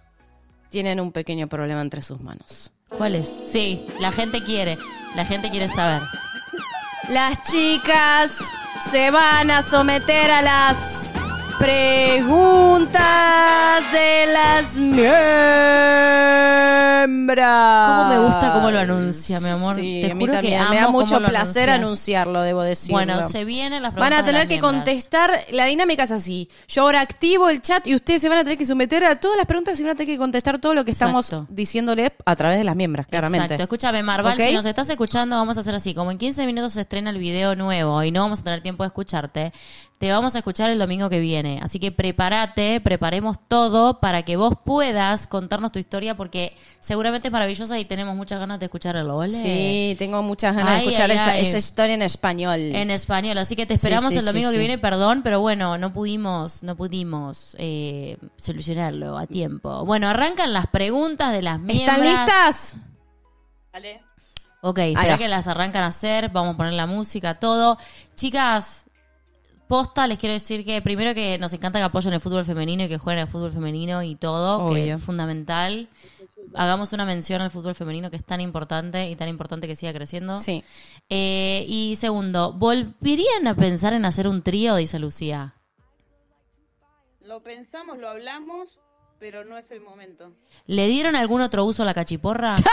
S2: tienen un pequeño problema entre sus manos.
S3: ¿Cuál es? Sí, la gente quiere, la gente quiere saber.
S2: Las chicas se van a someter a las preguntas de las miembros.
S3: Cómo me gusta cómo lo anuncia, mi amor.
S2: Sí,
S3: Te
S2: a mí
S3: juro que
S2: también. me da
S3: amo
S2: mucho
S3: cómo lo
S2: placer
S3: anuncias.
S2: anunciarlo, debo decir.
S3: Bueno, se vienen las
S2: Van
S3: preguntas
S2: a
S3: de
S2: tener
S3: las
S2: que
S3: miembros.
S2: contestar, la dinámica es así. Yo ahora activo el chat y ustedes se van a tener que someter a todas las preguntas y van a tener que contestar todo lo que estamos
S3: Exacto.
S2: diciéndole a través de las miembros, claramente.
S3: Exacto, escúchame Marval,
S2: ¿Ok?
S3: si nos estás escuchando vamos a hacer así, como en 15 minutos se estrena el video nuevo y no vamos a tener tiempo de escucharte, Te vamos a escuchar el domingo que viene. Así que prepárate, preparemos todo para que vos puedas contarnos tu historia porque seguramente es maravillosa y tenemos muchas ganas de escucharlo, ¿vale?
S2: Sí, tengo muchas ganas
S3: Ay,
S2: de escuchar
S3: ay,
S2: esa,
S3: ay.
S2: esa historia en español.
S3: En español, así que te esperamos
S2: Sí, sí,
S3: el domingo
S2: sí,
S3: que
S2: sí.
S3: viene, perdón, pero bueno, no pudimos, no pudimos eh, solucionarlo a tiempo. Bueno, arrancan las preguntas de las miembros.
S2: ¿Están listas?
S7: ¿Vale?
S3: Ok,
S2: Ahí
S3: espera
S2: va.
S3: que las arrancan a hacer, vamos a poner la música, todo. Chicas, posta, les quiero decir que primero que nos encanta que apoyen el fútbol femenino y que jueguen al fútbol femenino y todo, que
S2: Obvio.
S3: es fundamental. Hagamos una mención al fútbol femenino que es tan importante y tan importante que siga creciendo.
S2: Sí.
S3: Eh, y segundo, ¿volverían a pensar en hacer un trío? Dice Lucía.
S5: Lo pensamos, lo hablamos, pero no es el momento.
S3: ¿Le dieron algún otro uso a la cachiporra?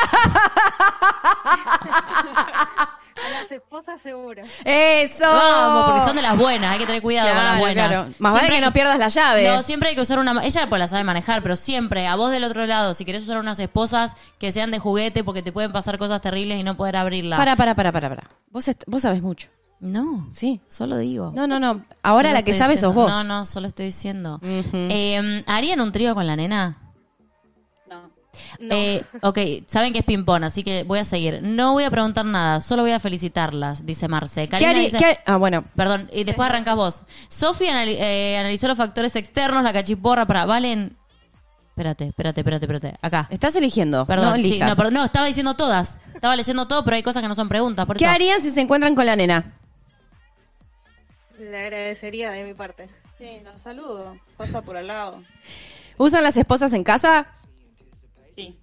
S6: A las esposas seguro.
S2: ¡Eso!
S3: Vamos, porque son de las buenas, hay que tener cuidado con las
S2: Claro,
S3: buenas.
S2: claro. Más vale
S3: Siempre
S2: que no pierdas la llave.
S3: No, siempre hay que usar una... ma- Ella pues la sabe manejar, pero siempre, a vos del otro lado, si querés usar unas esposas que sean de juguete porque te pueden pasar cosas terribles y no poder abrirla.
S2: Para, para, para, para, para. Vos, est- vos sabés mucho.
S3: No,
S2: Sí.
S3: solo digo.
S2: No, no, no. Ahora
S3: Solo
S2: la que
S3: estoy
S2: sabes sos
S3: diciendo-
S2: vos.
S3: No, no, solo estoy diciendo.
S2: Ujú.
S3: Eh, ¿Harían un trío con la nena?
S5: No.
S6: No.
S3: Eh, ok, saben que es ping-pong, así que voy a seguir. No voy a preguntar nada, solo voy a felicitarlas, dice Marce.
S2: ¿Qué
S3: Karina
S2: harí-
S3: dice-
S2: qué har- ah, bueno.
S3: Perdón, y después arrancas vos. Sofi anali- eh, analizó los factores externos, la cachiporra para Valen. Espérate, espérate, espérate, espérate. Acá.
S2: Estás eligiendo.
S3: Perdón,
S2: no
S3: sí,
S2: elijas.
S3: no, perdón, no, estaba diciendo todas. Estaba leyendo todo, pero hay cosas que no son preguntas. Por
S2: ¿Qué
S3: eso.
S2: harían si se encuentran con la nena?
S6: Le agradecería de mi parte.
S5: Sí, los saludo. Pasa por al lado.
S2: ¿Usan las esposas en casa?
S5: Sí.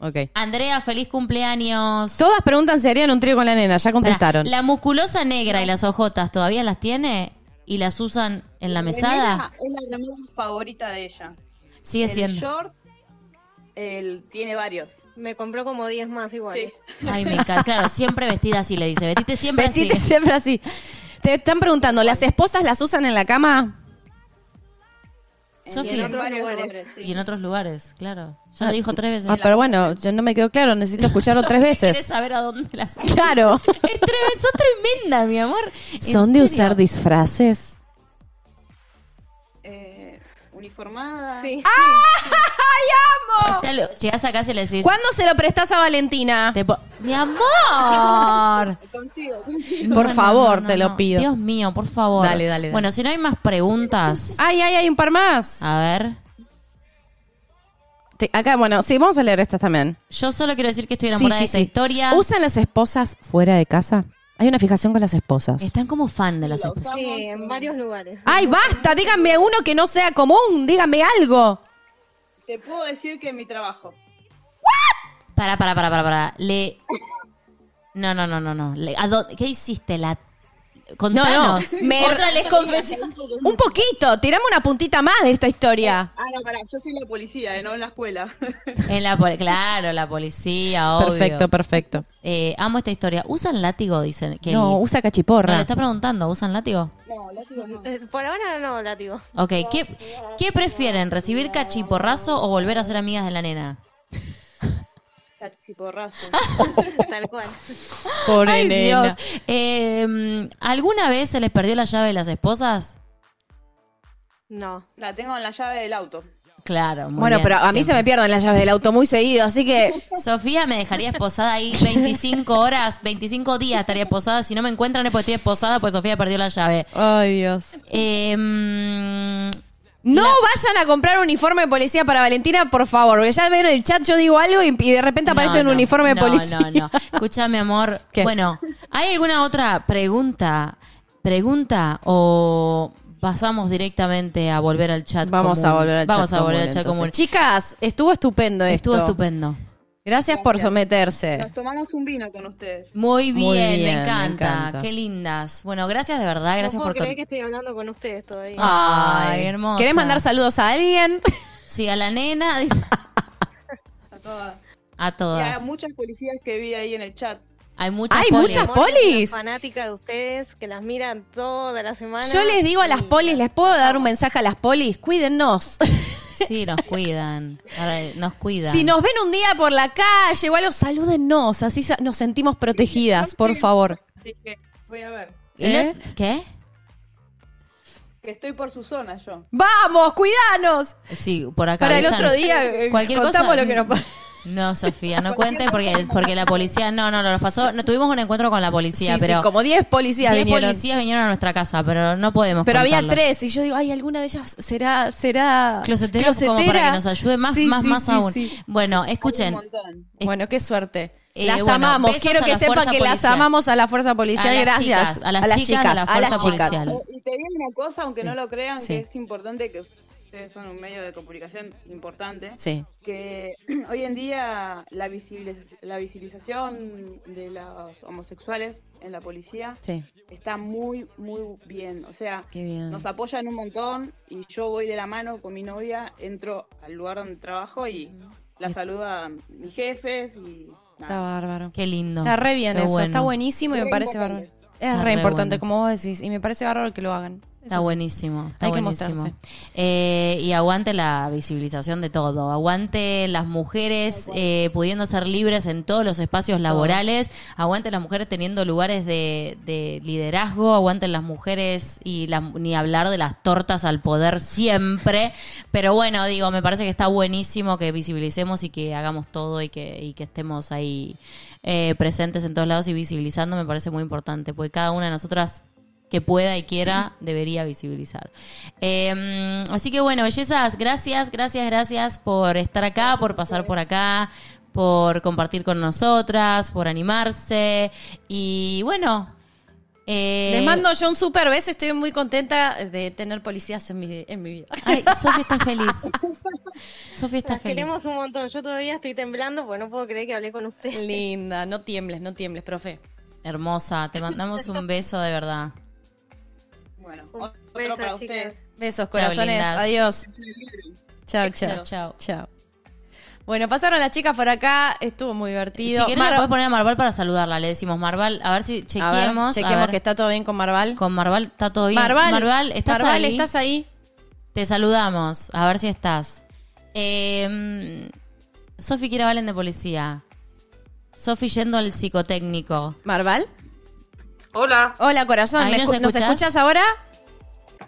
S2: Ok.
S3: Andrea, feliz cumpleaños.
S2: Todas preguntan si harían un trío con la nena. Ya
S3: Pará,
S2: contestaron.
S3: La musculosa negra y las ojotas, ¿todavía las tiene? ¿Y las usan en la mesada?
S5: Es la remera favorita de ella.
S3: Sigue
S5: El
S3: siendo.
S5: short, el, tiene varios.
S6: Me compró como 10 más iguales.
S5: Sí.
S3: Ay, me encanta. Claro, siempre vestida así, le dice. Vestite siempre
S2: Vestite
S3: así.
S2: siempre así. Te están preguntando, ¿las esposas las usan en la cama?
S3: Sofi.
S5: Tiene varios
S6: lugares.
S5: colores, sí.
S3: Y en otros lugares, claro. Ya lo dijo tres veces.
S2: Ah, pero bueno, yo no me quedó claro. Necesito escucharlo tres
S3: ¿Quieres
S2: veces.
S3: saber a dónde las
S2: Claro.
S3: Es tremen- son tremendas, mi amor. En
S2: ¿Son de
S3: serio.
S2: usar disfraces?
S5: Eh, uniformada.
S6: Sí.
S3: O sea, lo- llegás acá y le decís.
S2: ¿Cuándo se lo prestás a Valentina?
S3: te po- ¡Mi amor!
S5: Consigo.
S2: Por
S3: No,
S2: favor,
S3: no, no,
S2: te lo
S3: no.
S2: pido.
S3: Dios mío, por favor.
S2: Dale, dale, Ah, dale.
S3: Bueno, si no hay más preguntas.
S2: Ay, ay, hay un par más.
S3: A ver.
S2: Te- acá, bueno, sí, vamos a leer estas también.
S3: Yo solo quiero decir que estoy
S2: Sí,
S3: enamorada
S2: sí,
S3: de esta
S2: sí.
S3: historia.
S2: ¿Usan las esposas fuera de casa? Hay una fijación con las esposas.
S3: Están como fan de las esposas.
S6: Sí, en varios lugares.
S2: Ay, basta, díganme uno que no sea común, díganme algo.
S5: Te puedo decir que en mi trabajo.
S3: Para, para, para, para, para. Le. No, no, no, no, no. Le- ¿a dó- ¿Qué hiciste? La. Contanos.
S2: me-
S3: Otra les confesión.
S2: Un poquito, tirame una puntita más de esta historia.
S5: Ah, no, pará, yo soy la policía, eh, no en la escuela.
S3: En la pol- claro, la policía, obvio.
S2: Perfecto, perfecto.
S3: Eh, amo esta historia. ¿Usan látigo? Dicen. Kelly?
S2: No, usa cachiporra.
S3: No, le está preguntando, ¿usan látigo?
S6: Eh, Por ahora no, látigo.
S3: Ok, ¿qué, qué prefieren? ¿Recibir cachiporrazo o volver a ser amigas de la nena?
S5: Cachiporrazo.
S6: Tal cual.
S2: Pobre
S3: Ay,
S2: nena.
S3: Dios. Eh, ¿Alguna vez se les perdió la llave de las esposas?
S6: No.
S5: La tengo en la llave del auto.
S3: Claro, muy
S2: Bueno,
S3: bien,
S2: pero a mí se
S3: siempre.
S2: me pierden las llaves del auto muy seguido, así que
S3: Sofía me dejaría esposada ahí 25 horas, 25 días estaría esposada. Si no me encuentran es porque estoy esposada, pues Sofía perdió la llave.
S2: Ay, Dios.
S3: Eh, mm,
S2: No vayan a comprar uniforme de policía para Valentina, por favor. Porque ya veo en el chat, yo digo algo y, y de repente aparece
S3: No,
S2: un
S3: no,
S2: uniforme de
S3: no,
S2: policía.
S3: No, no, Escúchame, amor.
S2: ¿Qué?
S3: Bueno, ¿hay alguna otra pregunta? ¿Pregunta o pasamos directamente a volver al chat?
S2: Vamos
S3: común?
S2: a volver al
S3: Vamos
S2: chat
S3: a volver
S2: común,
S3: al chat
S2: entonces.
S3: común.
S2: Chicas, estuvo estupendo esto.
S3: Estuvo estupendo.
S2: Gracias por someterse.
S5: Nos tomamos un vino con ustedes.
S3: Muy bien,
S2: Muy bien,
S3: me,
S2: me
S3: encanta.
S2: encanta.
S3: Qué lindas. Bueno, gracias de verdad. Gracias
S6: no
S3: por
S6: puedo creer
S3: con-
S6: que estoy hablando con ustedes todavía.
S2: Ah,
S3: Ay, hermosa.
S2: ¿Querés mandar saludos a alguien?
S3: Sí, a la nena. dice-
S5: A todas.
S3: A
S5: Y
S3: todas.
S5: a muchas policías que vi ahí en el chat.
S3: Hay muchas.
S2: Hay
S3: poli.
S2: muchas
S6: Moni es una
S2: polis.
S6: Fanática de ustedes, que las miran toda la
S3: Ah,
S6: semana.
S2: Yo les digo a las
S6: Y-
S2: polis, les puedo dar un mensaje a las polis, cuídennos.
S3: Sí, nos cuidan. Ahora, Nos cuidan.
S2: Si nos ven un día por la calle o algo, salúdennos, así sa- nos sentimos protegidas, por favor.
S3: ¿Eh?
S5: Así que voy a ver.
S3: Y no-
S2: ¿Eh?
S3: ¿Qué?
S5: que estoy por su zona yo.
S2: ¡Vamos, cuidanos!
S3: Sí, por acá.
S2: Para el
S3: avisan.
S2: otro día eh,
S3: Cualquier
S2: contamos
S3: cosa-
S2: lo que nos pasa.
S3: No, Sofía, no cuente porque, porque la policía no, no, no nos pasó. No, tuvimos un encuentro con la
S2: Sí,
S3: policía,
S2: sí,
S3: pero
S2: como 10 policías
S3: diez
S2: vinieron.
S3: policías vinieron a nuestra casa, pero no podemos.
S2: Pero había
S3: contarlo.
S2: tres, y yo digo, ay, alguna de ellas será, será
S3: Closetera, como para que nos ayude más,
S2: Sí,
S3: más,
S2: sí,
S3: más
S2: sí,
S3: aún.
S2: sí.
S3: Bueno,
S5: Un
S3: escuchen.
S5: montón.
S2: Bueno, qué suerte.
S3: Eh,
S2: las
S3: bueno,
S2: amamos.
S3: besos
S2: Quiero
S3: a
S2: que
S3: la
S2: sepan
S3: fuerza
S2: que las
S3: policial.
S2: amamos a la fuerza
S3: A
S2: policial.
S3: las
S2: gracias.
S3: chicas, a las chicas de la
S2: a las
S3: fuerza
S2: chicas.
S3: policial. Dale.
S5: Y te digo una cosa, aunque no lo crean,
S2: Sí.
S5: que es importante que ustedes son un medio de comunicación importante.
S2: Sí.
S5: que hoy en día la, visibiliz- la visibilización de los homosexuales en la policía
S2: Sí,
S5: está muy, muy bien. O sea,
S2: qué bien.
S5: nos apoyan un montón y yo voy de la mano con mi novia, entro al lugar donde trabajo y la saludan mis jefes y
S2: Está
S5: nada.
S2: bárbaro.
S3: Qué lindo.
S2: Está re bien
S3: Qué
S2: eso,
S3: bueno.
S2: está buenísimo y me
S5: Re
S2: parece bárbaro.
S5: importante.
S2: Es
S3: Está
S2: re
S3: re
S2: importante,
S3: bueno.
S2: como vos decís, y me parece bárbaro que lo hagan. Eso
S3: Está
S2: sí.
S3: buenísimo, está
S2: Hay que
S3: buenísimo.
S2: mostrarse.
S3: Eh, y aguante la visibilización de todo, aguante las mujeres eh, pudiendo ser libres en todos los espacios laborales, aguante las mujeres teniendo lugares de, de liderazgo, aguante las mujeres y la- ni hablar de las tortas al poder siempre. Pero bueno, digo, me parece que está buenísimo que visibilicemos y que hagamos todo y que, y que estemos ahí eh, presentes en todos lados y visibilizando me parece muy importante, porque cada una de nosotras que pueda y quiera debería visibilizar. Eh, así que bueno, bellezas, gracias, gracias, gracias por estar acá, por pasar por acá, por compartir con nosotras, por animarse y bueno. eh,
S2: Les mando yo un super beso, estoy muy contenta de tener policías en mi, en mi vida.
S3: Ay, Sofía está feliz. Sofía está
S6: Las
S3: feliz.
S6: queremos un montón. Yo todavía estoy temblando porque no puedo creer que hablé con usted.
S2: Linda, no tiembles, no tiembles, profe.
S3: Hermosa, te mandamos un beso de verdad.
S5: Bueno,
S6: Un
S5: otro
S6: beso,
S5: para
S6: chicas.
S5: ustedes.
S2: Besos, corazones,
S3: lindas.
S2: adiós. Chao, chao.
S3: Chao, chao.
S2: Chao. Bueno, pasaron las chicas por acá, estuvo muy
S3: Si
S2: divertido.
S3: querés,
S2: Mar-
S3: le podés poner a Marval para saludarla. Le decimos, Marval, a ver
S2: a
S3: si
S2: ver,
S3: chequeemos. a
S2: chequeemos
S3: ver.
S2: que está todo bien con Marval.
S3: Con Marval está todo bien.
S2: Marval,
S3: Marval, ¿estás
S2: Marval,
S3: ahí?
S2: ¿estás ahí?
S3: Te saludamos, a ver si estás. Eh, Sofi quiere Valen de policía. Sofi yendo al psicotécnico.
S2: Marval.
S7: Hola.
S2: Hola, corazón,
S3: Ahí
S2: ¿me
S3: nos
S2: escu- ¿nos
S3: escuchás?
S2: escuchas ahora?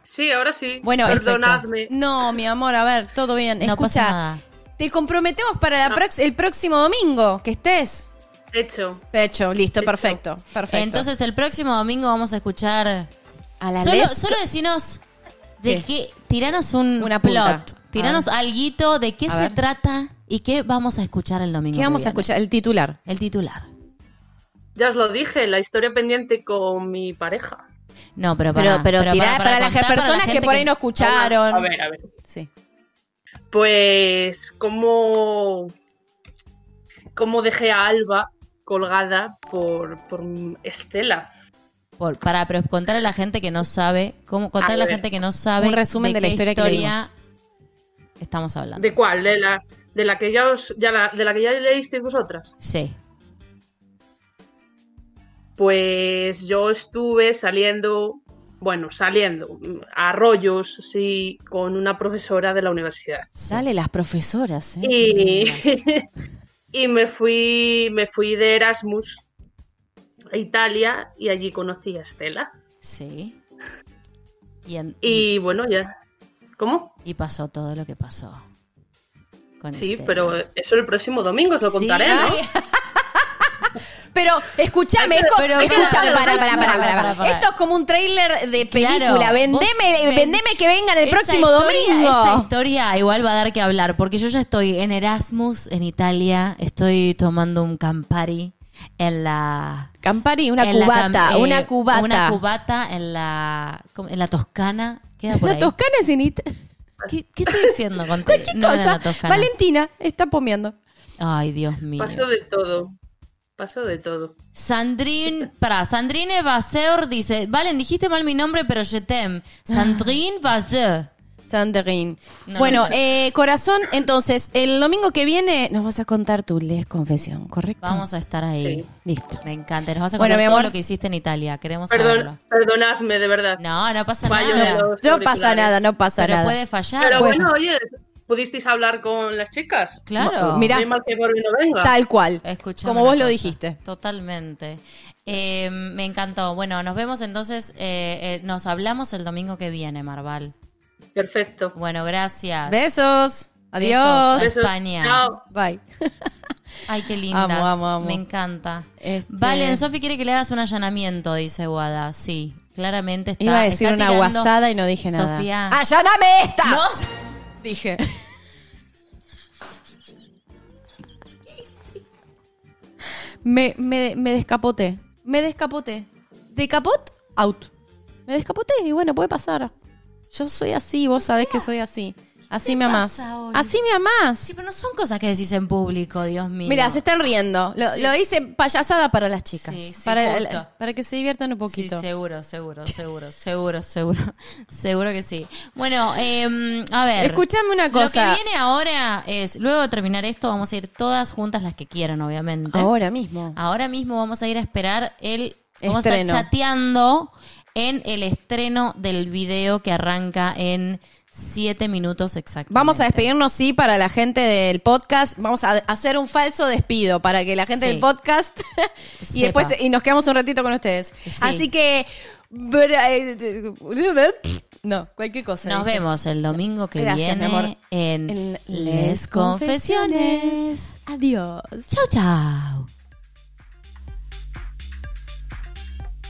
S7: Sí, ahora sí.
S2: Bueno,
S7: perdonadme.
S2: No, mi amor, a ver, todo bien.
S3: No
S2: Escucha,
S3: pasa nada.
S2: te comprometemos para la prox- el próximo domingo que estés.
S7: Hecho.
S2: Pecho, listo,
S7: Hecho.
S2: perfecto, perfecto.
S3: Entonces el próximo domingo vamos a escuchar.
S2: a la
S3: Solo,
S2: Les-
S3: solo decinos de
S2: ¿Qué?
S3: qué. Tiranos un
S2: Una punta.
S3: plot. Tiranos
S2: A
S3: alguito de qué
S2: A
S3: se
S2: ver.
S3: trata y qué vamos a escuchar el domingo.
S2: ¿qué vamos
S3: que
S2: a
S3: viene.
S2: escuchar? El titular.
S3: El titular.
S7: Ya os lo dije, la historia pendiente con mi pareja.
S3: No, pero
S2: Pero,
S3: para,
S2: pero, tirá para, las
S3: contar para la
S2: personas que
S3: gente
S2: por ahí no escucharon.
S7: A ver, a ver.
S2: Sí.
S7: Pues como cómo dejé a Alba colgada por, por Estela.
S3: Por- para pero contarle a la gente que no sabe, cómo contarle a la
S7: ver.
S3: gente que no sabe
S2: Un resumen de la
S3: qué
S2: historia que le
S3: estamos hablando.
S7: ¿De cuál? De la de la que ya os ya la- de la que ya leísteis vosotras.
S3: Sí.
S7: Pues yo estuve saliendo, bueno, saliendo a rollos, sí, con una profesora de la universidad.
S2: Sale las profesoras. ¿eh?
S7: Y,
S2: Lindas.
S7: y me fui me fui de Erasmus a Italia y allí conocí a Estela.
S3: Sí. Y, en-
S7: Y bueno, ya. ¿Cómo?
S3: y pasó todo lo que pasó. con
S7: Sí,
S3: Estela.
S7: pero eso el próximo domingo os lo
S3: Sí.
S7: contaré, ¿no?
S2: Pero escúchame, es co-
S3: Pero,
S2: escúchame,
S7: pero,
S2: para,
S7: pero,
S2: para, para,
S3: no,
S2: para,
S3: para, para.
S2: Esto es como un tráiler de
S3: Claro,
S2: película. vendeme,
S3: vos ven-
S2: vendeme que vengan el
S3: Esa
S2: próximo
S3: historia- Esa
S2: domingo.
S3: historia igual va a dar que hablar, porque yo ya estoy en Erasmus, en Italia, estoy tomando un Campari en la
S2: Campari, una
S3: en la
S2: cubata,
S3: cam- eh,
S2: una cubata.
S3: Una cubata en la, ¿cómo? en la Toscana. Queda por
S2: La
S3: ahí.
S2: Toscana es en It-
S3: ¿Qué, qué estoy diciendo con
S2: ¿Con qué
S3: No era
S2: cosa?
S3: la Toscana.
S2: Valentina está pomeando.
S3: Ay, Dios mío.
S7: Pasó de todo. Pasó de todo.
S3: Sandrine, para, Sandrine Vasseur dice, Valen, dijiste mal mi nombre, pero je t'aime. Sandrine Vasseur.
S2: Sanderin.
S3: No,
S2: bueno,
S3: no sé.
S2: eh, corazón, entonces, el domingo que viene nos vas a contar tu les confesión, ¿correcto?
S3: Vamos a estar ahí.
S7: Sí.
S2: Listo.
S3: Me encanta. Nos vas a
S2: Bueno,
S3: contar
S2: mi
S3: todo
S2: amor.
S3: lo que hiciste en Italia. Queremos
S7: Perdón,
S3: saberlo.
S7: perdonadme, de verdad.
S3: No, no pasa
S7: Fallo de
S3: nada.
S7: los
S2: No pasa
S7: auriculares.
S2: nada, no pasa
S3: Pero
S2: nada.
S3: puede fallar.
S7: Pero
S2: Pues-
S7: bueno, oye, ¿Pudisteis hablar con las chicas?
S3: Claro.
S2: Mira.
S7: No hay mal que por bien no venga.
S2: Tal cual.
S3: Escuchame
S2: Como
S3: una
S2: vos lo
S3: cosa.
S2: dijiste.
S3: Totalmente. Eh, me encantó. Bueno, nos vemos entonces. eh, eh, nos hablamos el domingo que viene, Marval.
S7: Perfecto.
S3: Bueno, gracias.
S2: Besos.
S3: Besos
S2: Adiós.
S3: a
S7: Besos.
S3: España.
S7: Chao.
S2: Bye.
S3: Ay, qué lindas.
S2: Amo, amo, amo.
S3: Me encanta.
S2: Este,
S3: Valen, Sofi quiere que le hagas un allanamiento, dice Wada. Sí, claramente está.
S2: Iba a decir
S3: está
S2: una
S3: tirando-
S2: guasada y no dije nada. Ah,
S3: Sofía.
S2: ¡Allaname esta!
S3: No,
S2: Dije. Me, me, me descapoté. Me descapoté. De capot, out. Me descapoté y bueno, puede pasar. Yo soy así, vos sabés que soy así. Así me amás.
S3: pasa hoy?
S2: Así me amás.
S3: sí, pero no son cosas que decís en público, Dios mío.
S2: Mira, se están riendo. Lo, lo hice payasada para las chicas.
S3: Sí, sí,
S2: para,
S3: justo.
S2: para que se diviertan un
S3: Sí,
S2: poquito.
S3: seguro, seguro, seguro, seguro, seguro. Seguro que sí. Bueno, eh, a ver.
S2: Escuchame una cosa.
S3: Lo que viene ahora es, luego de terminar esto, vamos a ir todas juntas las que quieran, obviamente.
S2: Ahora mismo.
S3: Ahora mismo vamos a ir a esperar el. Vamos a
S2: Estreno.
S3: estar chateando en el estreno del video que arranca en siete minutos exactamente.
S2: Vamos a despedirnos, sí, para la gente del podcast. Vamos a hacer un falso despido para que la gente
S3: Sí.
S2: del podcast y
S3: Sepa.
S2: después y nos quedamos un ratito con ustedes.
S3: Sí.
S2: Así que bra- no, cualquier cosa.
S3: Nos
S2: dije.
S3: vemos el domingo que
S2: Gracias, mi
S3: viene
S2: amor.
S3: en
S2: En
S3: Les Confesiones.
S2: Adiós.
S3: Chau, chau.